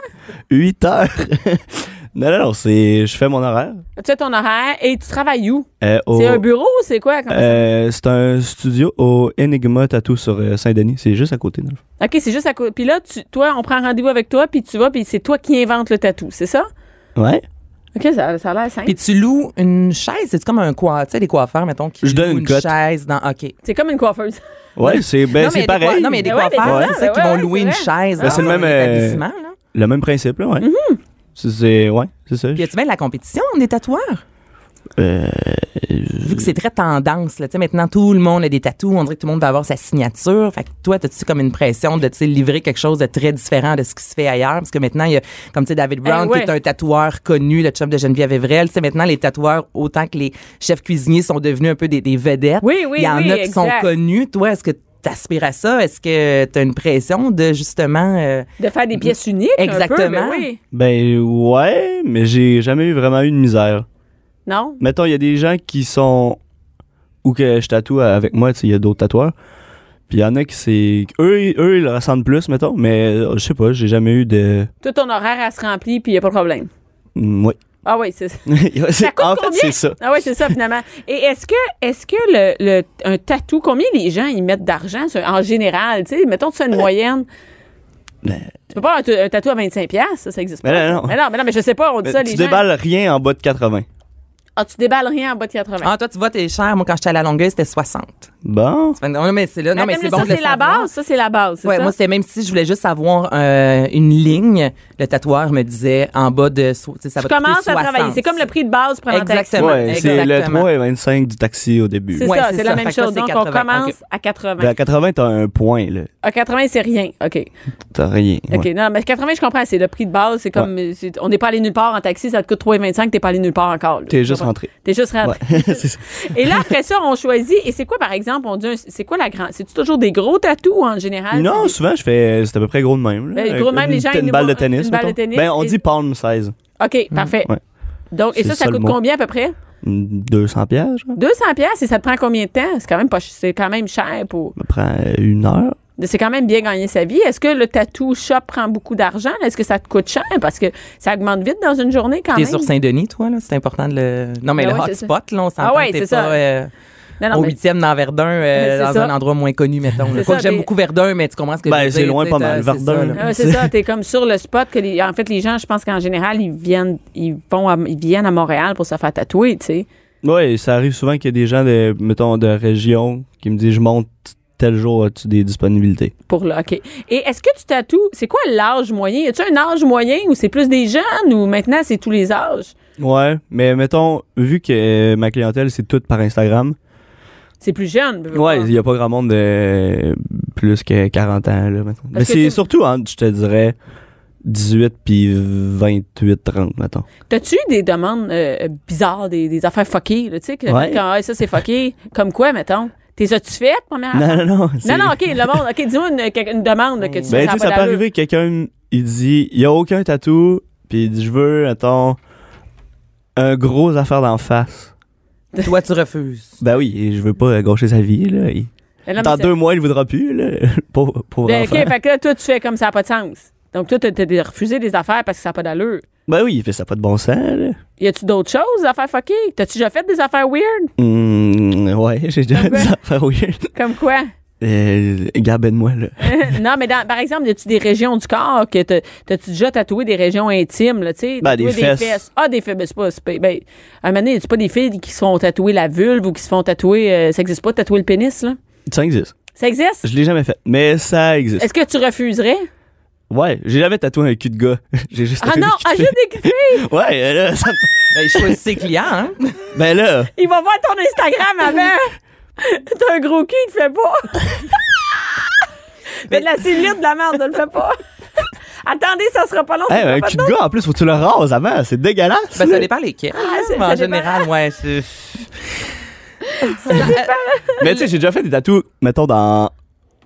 S7: 8 heures. non, non, non, c'est. Je fais mon horaire.
S3: Tu as ton horaire et tu travailles où?
S7: Euh,
S4: Oh.
S7: au-
S3: C'est un bureau ou c'est quoi? Comment ça-
S7: Euh, c'est un studio au Enigma Tattoo sur euh, Saint-Denis. C'est juste à côté, dans le fond.
S3: OK, c'est juste à côté. Puis là, tu, toi, on prend rendez-vous avec toi, puis tu vas, puis c'est toi qui invente le tatou, c'est ça?
S7: Ouais.
S3: OK, ça, ça a l'air simple.
S4: Puis tu loues une chaise, c'est comme un coiffeur, tu sais, des coiffeurs, mettons, qui
S7: Je donne
S4: louent
S7: une cote.
S4: chaise dans... OK.
S3: C'est comme une coiffeuse.
S7: Ouais, c'est ben,
S4: Non, mais il y
S7: c'est
S4: a des
S7: pareil.
S4: coi- Non, mais il y a des
S3: Ouais, mais
S4: coiffeurs,
S3: c'est
S4: c'est
S3: ça,
S4: ça, qui
S3: ouais,
S4: vont
S3: ouais,
S4: louer
S3: c'est
S4: une
S3: vrai.
S4: chaise.
S7: Ben, c'est le
S4: dans
S7: même,
S4: un
S7: euh,
S4: établissement, là.
S7: Le même principe, là, ouais. C'est- C'est. Ouais, c'est ça.
S4: Puis y a-tu bien de la compétition des tatoueurs?
S7: Euh,
S4: Vu que c'est très tendance, là. Tu sais, maintenant, tout le monde a des tatous. On dirait que tout le monde va avoir sa signature. Fait que toi, t'as-tu comme une pression de, tu sais, livrer quelque chose de très différent de ce qui se fait ailleurs? Parce que maintenant, il y a, comme, tu sais, David Brown,
S3: Eh ouais.
S4: qui est un tatoueur connu, le chef de Geneviève Evrel. Tu sais, maintenant, les tatoueurs, autant que les chefs cuisiniers sont devenus un peu des, des vedettes.
S3: Oui, oui,
S4: Il y en
S3: oui,
S4: a qui sont
S3: exact.
S4: connus. Toi, est-ce que t'aspires à ça? Est-ce que t'as une pression de, justement, euh,
S3: De faire des pièces uniques. Un peu,
S4: Exactement.
S3: ben oui.
S7: ben, ouais, mais j'ai jamais eu vraiment eu de misère.
S3: Non?
S7: Mettons, il y a des gens qui sont. Ou que je tatoue avec moi, tu sais, il y a d'autres tatoueurs. Puis il y en a qui c'est. Eux, eux, ils le ressentent plus, mettons. Mais euh, je sais pas, j'ai jamais eu de.
S3: Tout ton horaire, elle se remplit, puis il n'y a pas de problème.
S7: Mm, oui.
S3: Ah oui, c'est ça.
S7: C'est-
S3: coûte
S7: en fait,
S3: combien?
S7: c'est ça.
S3: Ah oui, c'est ça, finalement. Et est-ce que, est-ce que le, le- un tatou, combien les gens y mettent d'argent sur- en général? Tu sais, mettons, tu fais
S7: Euh.
S3: une moyenne. Tu peux pas avoir un, t- un tatou à 25$, ça, ça existe pas.
S7: Mais non, non.
S3: Mais non, mais non, mais je sais pas, on dit
S7: Mais
S3: ça, les
S7: tu
S3: gens.
S7: déballes rien en bas de 80.
S3: Ah, Ah, tu déballes rien en bas de 80.
S4: Ah, toi, tu vois, t'es cher. Moi, quand j'étais à la longueur, c'était 60.
S7: Bon.
S4: Fait que Non, mais c'est là. Non, mais c'est bon
S3: ça,
S4: de le
S3: c'est la
S4: savoir.
S3: base. Ça, c'est la base. c'est
S4: Ouais,
S3: ça?
S4: moi, c'était même si je voulais juste avoir euh, une ligne, le tatoueur me disait en bas de. so- Tu sais, ça
S3: tu
S4: va te coûter
S3: commences à
S4: 60.
S3: travailler. C'est comme le prix de base pour un taxi.
S4: Exactement.
S7: Ouais, c'est le
S4: Exactement.
S7: 3 et 25 du taxi au début.
S3: C'est
S4: Ouais,
S3: ça,
S4: c'est
S3: c'est la
S4: ça.
S3: même
S4: Fait que ça,
S3: chose.
S4: c'est
S3: Donc, on
S4: 80.
S3: commence
S4: Ok.
S3: à 80.
S7: Ben, à 80, t'as un point, là.
S3: À 80, Ah, c'est rien. OK.
S7: T'as rien. ouais.
S3: OK. Non, mais 80, je comprends. C'est le prix de base. C'est comme. c'est- On n'est pas allé nulle part en taxi. Ça te coûte 3,25. T'es pas allé nulle part encore. là.
S7: T'es
S3: Tu
S7: juste
S3: comprends?
S7: rentré.
S3: T'es juste rentré.
S7: Ouais, c'est ça.
S3: Et là, après ça, on choisit. Et c'est quoi, par exemple, on dit. un- C'est quoi la grande. C'est-tu toujours des gros tatous en général?
S7: non,
S3: Ah, C'est
S7: souvent, je fais. C'est à peu près gros de même. là.
S3: Ben, gros de même,
S7: Une-
S3: les gens, ils
S7: Une
S3: nous
S7: balle
S3: voient-
S7: de tennis.
S3: une balle de
S7: mettons.
S3: tennis
S7: Ben, on
S3: et-
S7: dit palm 16.
S3: des- OK, parfait.
S7: Mm. Ouais.
S3: Donc, et
S7: C'est
S3: ça, ça
S7: ça le
S3: coûte
S7: mot.
S3: combien à peu près?
S7: 200 pièges, genre.
S3: 200 pièces et ça te prend combien de temps? C'est quand même pas, ch- c'est quand même cher pour,
S7: Ça me prend une heure.
S3: c'est quand même bien gagner sa vie. Est-ce que le tattoo shop prend beaucoup d'argent? Est-ce que ça te coûte cher? Parce que ça augmente vite dans une journée quand
S4: T'es
S3: même.
S4: sur Saint-Denis, toi, là. C'est important de le. Non, mais
S3: Ben
S4: le
S3: ouais, c'est
S4: hotspot, là, on s'entend
S3: Ah ouais,
S4: que
S3: c'est
S4: t'es
S3: ça.
S4: pas euh,
S3: Non, non,
S7: Oh
S4: au
S3: mais-
S4: huitième dans Verdun, euh,
S3: Mais c'est
S4: dans
S3: ça.
S4: un endroit moins connu, mettons.
S3: C'est
S4: là. Pas
S3: ça,
S4: que j'aime
S3: t'es-
S4: beaucoup Verdun, mais tu comprends ce que
S7: Ben,
S4: je veux dire.
S7: c'est loin
S4: tu sais,
S7: pas mal,
S4: t'as- c'est
S7: Verdun,
S4: ça,
S7: là.
S3: Ah ouais, c'est ça, t'es comme sur le spot que les, en fait les gens, je pense qu'en général ils viennent, ils vont, à- ils viennent à Montréal pour se faire tatouer, tu sais.
S7: Ouais, ça arrive souvent qu'il y a des gens de, mettons, de région qui me disent je monte tel jour, as-tu des disponibilités?
S3: Pour le, ok. Et est-ce que tu tatoues C'est quoi l'âge moyen Y a-tu un âge moyen ou c'est plus des jeunes ou maintenant c'est tous les âges
S7: Ouais, mais mettons, vu que euh, ma clientèle, c'est toute par Instagram,
S3: C'est plus jeune. veux
S7: ouais,
S3: pas.
S7: il n'y a pas grand monde de plus que 40 ans, là, mettons. Mais
S3: que t'es-
S7: c'est surtout entre, je te dirais, 18 puis 28, 30, mettons.
S3: T'as-tu eu des demandes euh, bizarres, des, des affaires fuckées, là, tu sais, que
S7: Ouais.
S3: quand, Ah, ça c'est fucké, comme quoi, mettons? T'es as-tu fait, première
S7: Non, non, non. c'est-
S3: Ah. Non, non, OK, le monde, OK, dis-moi une, quelque- une demande là, que tu
S7: Ben, tu
S3: a
S7: sais,
S3: pas
S7: ça peut
S3: d'allure.
S7: arriver que quelqu'un, il dit, il n'y a aucun tatou, puis il dit, je veux, mettons, un gros affaire d'en face.
S4: là. Toi, tu refuses.
S7: Ben oui, et je veux pas gâcher sa vie, là. Il-
S3: Mais là,
S7: Dans
S3: mais
S7: deux mois, il voudra plus, là. Pauvre, pauvre
S3: c'est- Ben,
S7: enfant.
S3: OK, fait que là, toi, tu fais comme ça n'a pas de sens. Donc, toi, t'as- t'as refusé des affaires parce que ça n'a pas d'allure.
S7: Ben oui, il fait ça pas de bon sens, là.
S3: Y a-tu d'autres choses, des affaires fuckées? T'as-tu déjà fait des affaires weird?
S7: Hmm, ouais, j'ai déjà
S3: Comme
S7: des
S3: quoi?
S7: affaires weird.
S3: Comme quoi?
S7: Euh, Gabelle-moi, là.
S3: non, mais dans- par exemple, y a-tu des régions du corps que t'as- t'as-tu déjà tatoué des régions intimes, là, tu sais?
S7: Ben,
S3: tatoué
S7: des fesses.
S3: Ah, des fesses, ben, c'est pas. c'est pas- ben, à un moment donné, y a-tu pas des filles qui se font tatouer la vulve ou qui se font tatouer. euh, ça existe pas, tatouer le pénis, là?
S7: Ça existe.
S3: Ça existe?
S7: Je l'ai jamais fait, mais ça existe.
S3: Est-ce que tu refuserais?
S7: Ouais, j'ai jamais tatoué un cul de gars. j'ai juste
S3: Ah
S7: tatoué
S3: non,
S7: le cul
S3: ah,
S7: de
S3: j'ai des filles!
S7: fille. Ouais, euh, là, ça-
S4: Ben, il choisit ses clients, hein.
S7: Ben là,
S3: Il va voir ton Instagram avant! T'as un gros cul, il te fait pas! mais de la cellulite, de la merde, ne le fait pas! Attendez, ça sera pas long. ça
S7: hey,
S3: sera
S7: Eh, un
S3: pas
S7: cul de gars, en plus, faut que tu le rases avant. C'est dégueulasse.
S4: Ben,
S7: là.
S4: ça dépend lesquels. hein,
S3: Ah, c'est-
S4: mais
S3: ça
S4: en
S3: dépend.
S4: général, ouais. c'est-
S7: Mais tu sais, j'ai déjà fait des tatous, mettons, dans,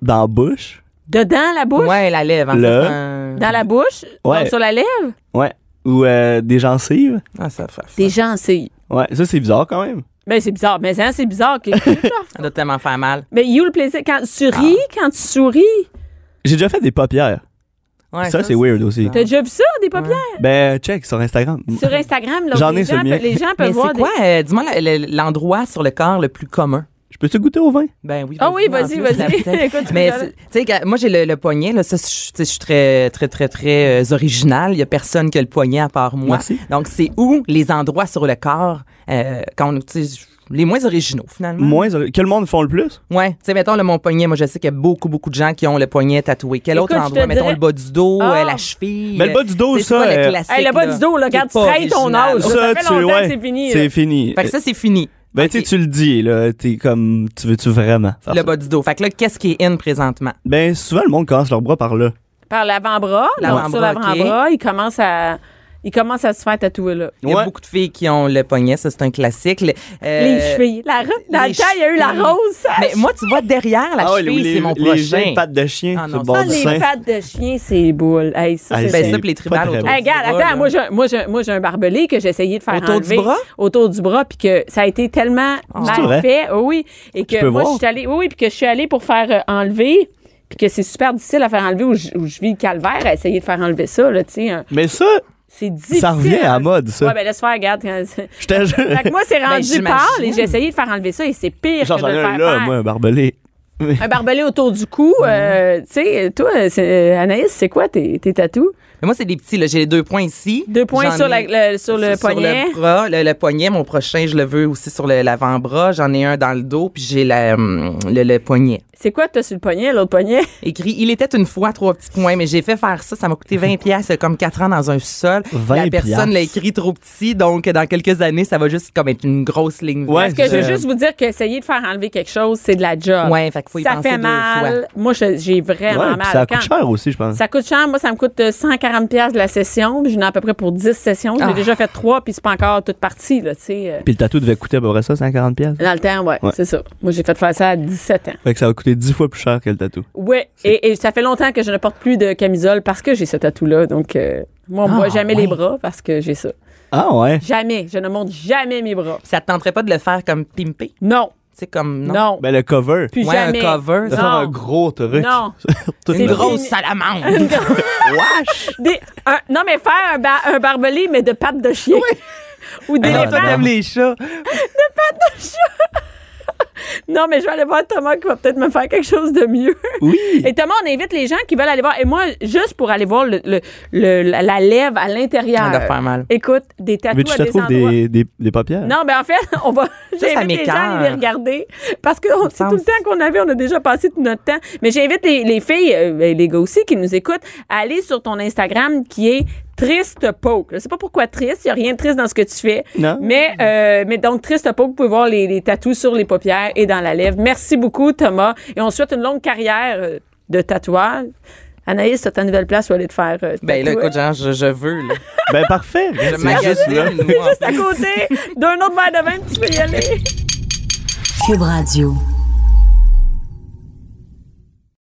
S7: dans la bouche.
S3: Dedans la bouche?
S4: Ouais, la lèvre. en
S7: Le-
S4: fait, un-
S3: Dans la bouche?
S7: Ouais.
S3: Donc, sur la lèvre?
S7: Ouais. Ou euh, des gencives.
S4: Ah, ça fait.
S3: Des gencives.
S7: Ouais, ça, c'est bizarre quand même.
S3: Ben, c'est bizarre. Mais hein, c'est bizarre. que-
S4: Ça doit tellement faire mal.
S3: Mais you le plaisir. Quand tu
S7: Ah.
S3: ris, quand tu souris,
S7: J'ai déjà fait des paupières.
S4: Ouais,
S7: ça, c'est weird aussi.
S3: t'as déjà vu ça, des paupières?
S7: Ben, check sur Instagram.
S3: Sur Instagram, là,
S7: J'en
S3: les,
S7: ai
S3: gens,
S7: sur le
S3: peuvent-
S7: mien.
S3: les gens peuvent
S4: Mais
S3: voir
S4: c'est
S3: des-
S4: quoi, euh, dis-moi, la- la- l'endroit sur le corps le plus commun?
S7: Je peux te goûter au vin?
S4: Ben oui.
S3: Ah oui,
S4: en
S3: vas-y,
S4: plus,
S3: vas-y.
S4: la vitesse.
S3: Écoute, tu
S4: Mais
S3: peux y aller.
S4: c'est- tu sais, quand- moi j'ai le, le poignet là, ça je suis- tu sais, je suis très très très très euh, original, il y a personne qui a le poignet à part moi.
S7: Merci.
S4: Donc c'est où les endroits sur le corps euh, quand on- tu sais, les moins originaux finalement.
S7: Moins. Que le monde font le plus?
S4: Ouais, tu sais mettons le mon poignet, moi je sais qu'il y a beaucoup beaucoup de gens qui ont le poignet tatoué. Quel
S3: Écoute,
S4: autre
S3: je te
S4: endroit mettons
S3: dirais-
S4: le bas du dos,
S3: Ah.
S4: euh, la cheville.
S7: Mais Ben, le bas du dos,
S4: Tu sais, c'est
S7: ça,
S4: quoi
S7: euh,
S4: le classique.
S3: Hey, le bas du dos, là,
S4: qui est
S3: regarde, tu
S4: pas
S3: traites ton
S4: original?
S3: âge, là. Ça fait longtemps que c'est fini, là.
S7: C'est fini.
S4: Fait que ça c'est fini.
S7: Ben, tu sais, tu le dis, là. T'es comme, tu veux-tu vraiment faire
S4: Le
S7: ça?
S4: bas du dos. Fait que là qu'est-ce qui est in présentement
S7: Ben, souvent, le monde commence leurs bras par là.
S3: par l'avant-bras. donc, Sur
S4: L'avant-bras, ok.
S3: l'avant-bras, ils commencent à. Ils commencent à se faire tatouer là.
S4: Il y a
S7: Ouais.
S4: beaucoup de filles qui ont le poignet, ça c'est un classique. Le- euh,
S3: les chevilles. La ro- dans
S4: les
S3: le temps, il y a eu la
S4: chevilles.
S3: rose. ça.
S4: Mais moi, tu vois, derrière la
S7: Ah ouais,
S4: cheville,
S7: les-
S4: c'est mon
S7: les
S4: prochain.
S7: gens, pattes de chien,
S4: Ah
S7: sur
S4: non, ça,
S7: le bord
S3: Ah,
S7: du
S3: les
S7: sein.
S3: pattes de chien, c'est boule. Hey, ça,
S7: Hey,
S3: c'est-
S4: ben ça,
S7: C'est hein.
S4: puis les
S7: pas
S4: tribales
S7: très
S4: autour
S7: bon.
S4: du
S3: Hey, regarde,
S4: bras,
S3: attends,
S4: là.
S3: moi j'ai, moi, j'ai, moi, j'ai un barbelé que j'ai essayé de faire
S4: Autour du
S3: enlever
S4: bras?
S3: autour du bras, puis que ça a été tellement
S7: Ah, C'est
S3: mal
S7: vrai?
S3: fait, oh oui, et que
S7: peux
S3: moi
S7: voir?
S3: je suis allée, oui, oui, puis que je suis allée pour faire euh, enlever, puis que c'est super difficile à faire enlever où je, où je vis le calvaire à essayer de faire enlever ça, là, tu sais, hein.
S7: Mais ça,
S3: c'est difficile.
S7: ça revient à la mode, ça.
S3: Ouais, ben laisse faire, regarde. quand-
S7: Je te
S3: Fait que
S7: jure.
S3: moi c'est rendu
S4: Ben, j'imagine.
S3: pâle et j'ai essayé de faire enlever ça et c'est pire
S7: Genre,
S3: que
S7: j'en
S3: de le
S7: ai
S3: faire
S7: un là,
S3: faire.
S7: moi, Mhm. un barbelé.
S3: Un barbelé autour du cou, euh, tu sais, toi, c'est- euh, Anaïs, c'est quoi tes, tes tatous?
S4: Mais moi, c'est des petits. là. J'ai les deux points ici.
S3: Deux points
S4: J'en
S3: sur,
S4: ai-
S3: la- le, sur le
S4: sur
S3: poignet.
S4: le bras, le, le poignet. Mon prochain, je le veux aussi sur le- l'avant-bras. J'en ai un dans le dos, puis j'ai la, hum, le, le poignet.
S3: C'est quoi que t'as sur le poignet, l'autre poignet?
S4: Écrit, il était une fois trois petits points, mais j'ai fait faire ça. Ça m'a coûté 20 pièces comme quatre ans dans un sol.
S7: 20
S4: La personne l'a écrit trop petit, donc dans quelques années, ça va juste comme être une grosse ligne.
S7: Ouais,
S4: verte.
S3: Parce que je
S7: c'est
S3: veux juste vous dire qu'essayer de faire enlever quelque chose, c'est de la job.
S4: Ouais, fait qu'il faut y
S3: ça
S4: penser
S3: fait
S4: deux
S3: mal. Moi, je- j'ai
S7: Ouais,
S3: vraiment
S7: puis
S3: mal.
S7: ça coûte
S3: Quand-
S7: cher aussi, je pense.
S3: Ça coûte cher. Moi, ça me coûte euh, 140 pièces la session. puis J'en ai à peu près pour 10 sessions. J'ai
S4: Ah.
S3: déjà fait 3, puis c'est pas encore toute partie, là, tu sais. euh,
S7: Puis le tatou devait coûter à peu près ça, 140 pièces.
S3: Dans le temps, ouais,
S7: Ouais.
S3: c'est ça. Moi, j'ai fait faire ça à 17 ans.
S7: Fait que ça va coûter 10 fois plus cher que le tatou.
S3: Oui, et, et ça fait longtemps que je ne porte plus de camisole parce que j'ai ce tatou-là. Donc, euh, moi, on me
S4: Ah,
S3: voit jamais
S4: ouais.
S3: les bras parce que j'ai ça.
S7: Ah ouais.
S3: Jamais. Je ne montre jamais mes bras.
S4: Ça te tenterait pas de le faire comme pimper?
S3: Non,
S4: C'est comme.
S3: non,
S4: Non.
S7: Ben le cover.
S3: plus
S4: Ouais, un
S3: jamais.
S4: cover,
S7: Ça va faire un
S3: Non.
S7: gros truc.
S3: Non.
S7: Sur toute
S4: Une
S7: la-
S4: grosse
S3: fini.
S4: salamandre.
S3: Des- un- non, mais faire un, ba- un barbelé, mais de pattes de chien. Ou des
S7: Ah,
S4: Toi, t'aimes les chats.
S3: Non, mais je vais aller voir Thomas qui va peut-être me faire quelque chose de mieux.
S7: Oui.
S3: Et Thomas, on invite les gens qui veulent aller voir. Et moi, juste pour aller voir le, le- le- la, la lèvre à l'intérieur.
S4: Ça doit faire mal.
S3: Écoute, des
S7: Mais
S3: tatouages
S7: tu
S3: à
S7: te
S3: des
S7: trouves
S3: endroits.
S7: des, des, des paupières.
S3: Non, mais en fait, on va. J'invite les gens à
S4: m'écoeure.
S3: aller les regarder. Parce que on-
S4: me
S3: c'est tout
S4: semble-
S3: le temps qu'on avait, on a déjà passé tout notre temps. Mais j'invite les, les filles, euh, et les gars aussi qui nous écoutent, à aller sur ton Instagram qui est Triste Poke. Je sais pas pourquoi triste, il n'y a rien de triste dans ce que tu fais.
S7: Non.
S3: Mais, euh, mais donc, Triste Poke, vous pouvez voir les, les tatous sur les paupières et dans la lèvre. Merci beaucoup, Thomas. Et on te souhaite une longue carrière euh, de tatouage. Anaïs, tu ta nouvelle place où aller te faire. euh,
S4: Ben là,
S3: tatouer.
S4: écoute, genre, je, je veux, là.
S7: Ben parfait.
S4: Je
S7: C'est juste là.
S4: magasine, moi.
S3: Juste à côté d'un autre verre de vin, tu peux y aller.
S1: Cube Radio.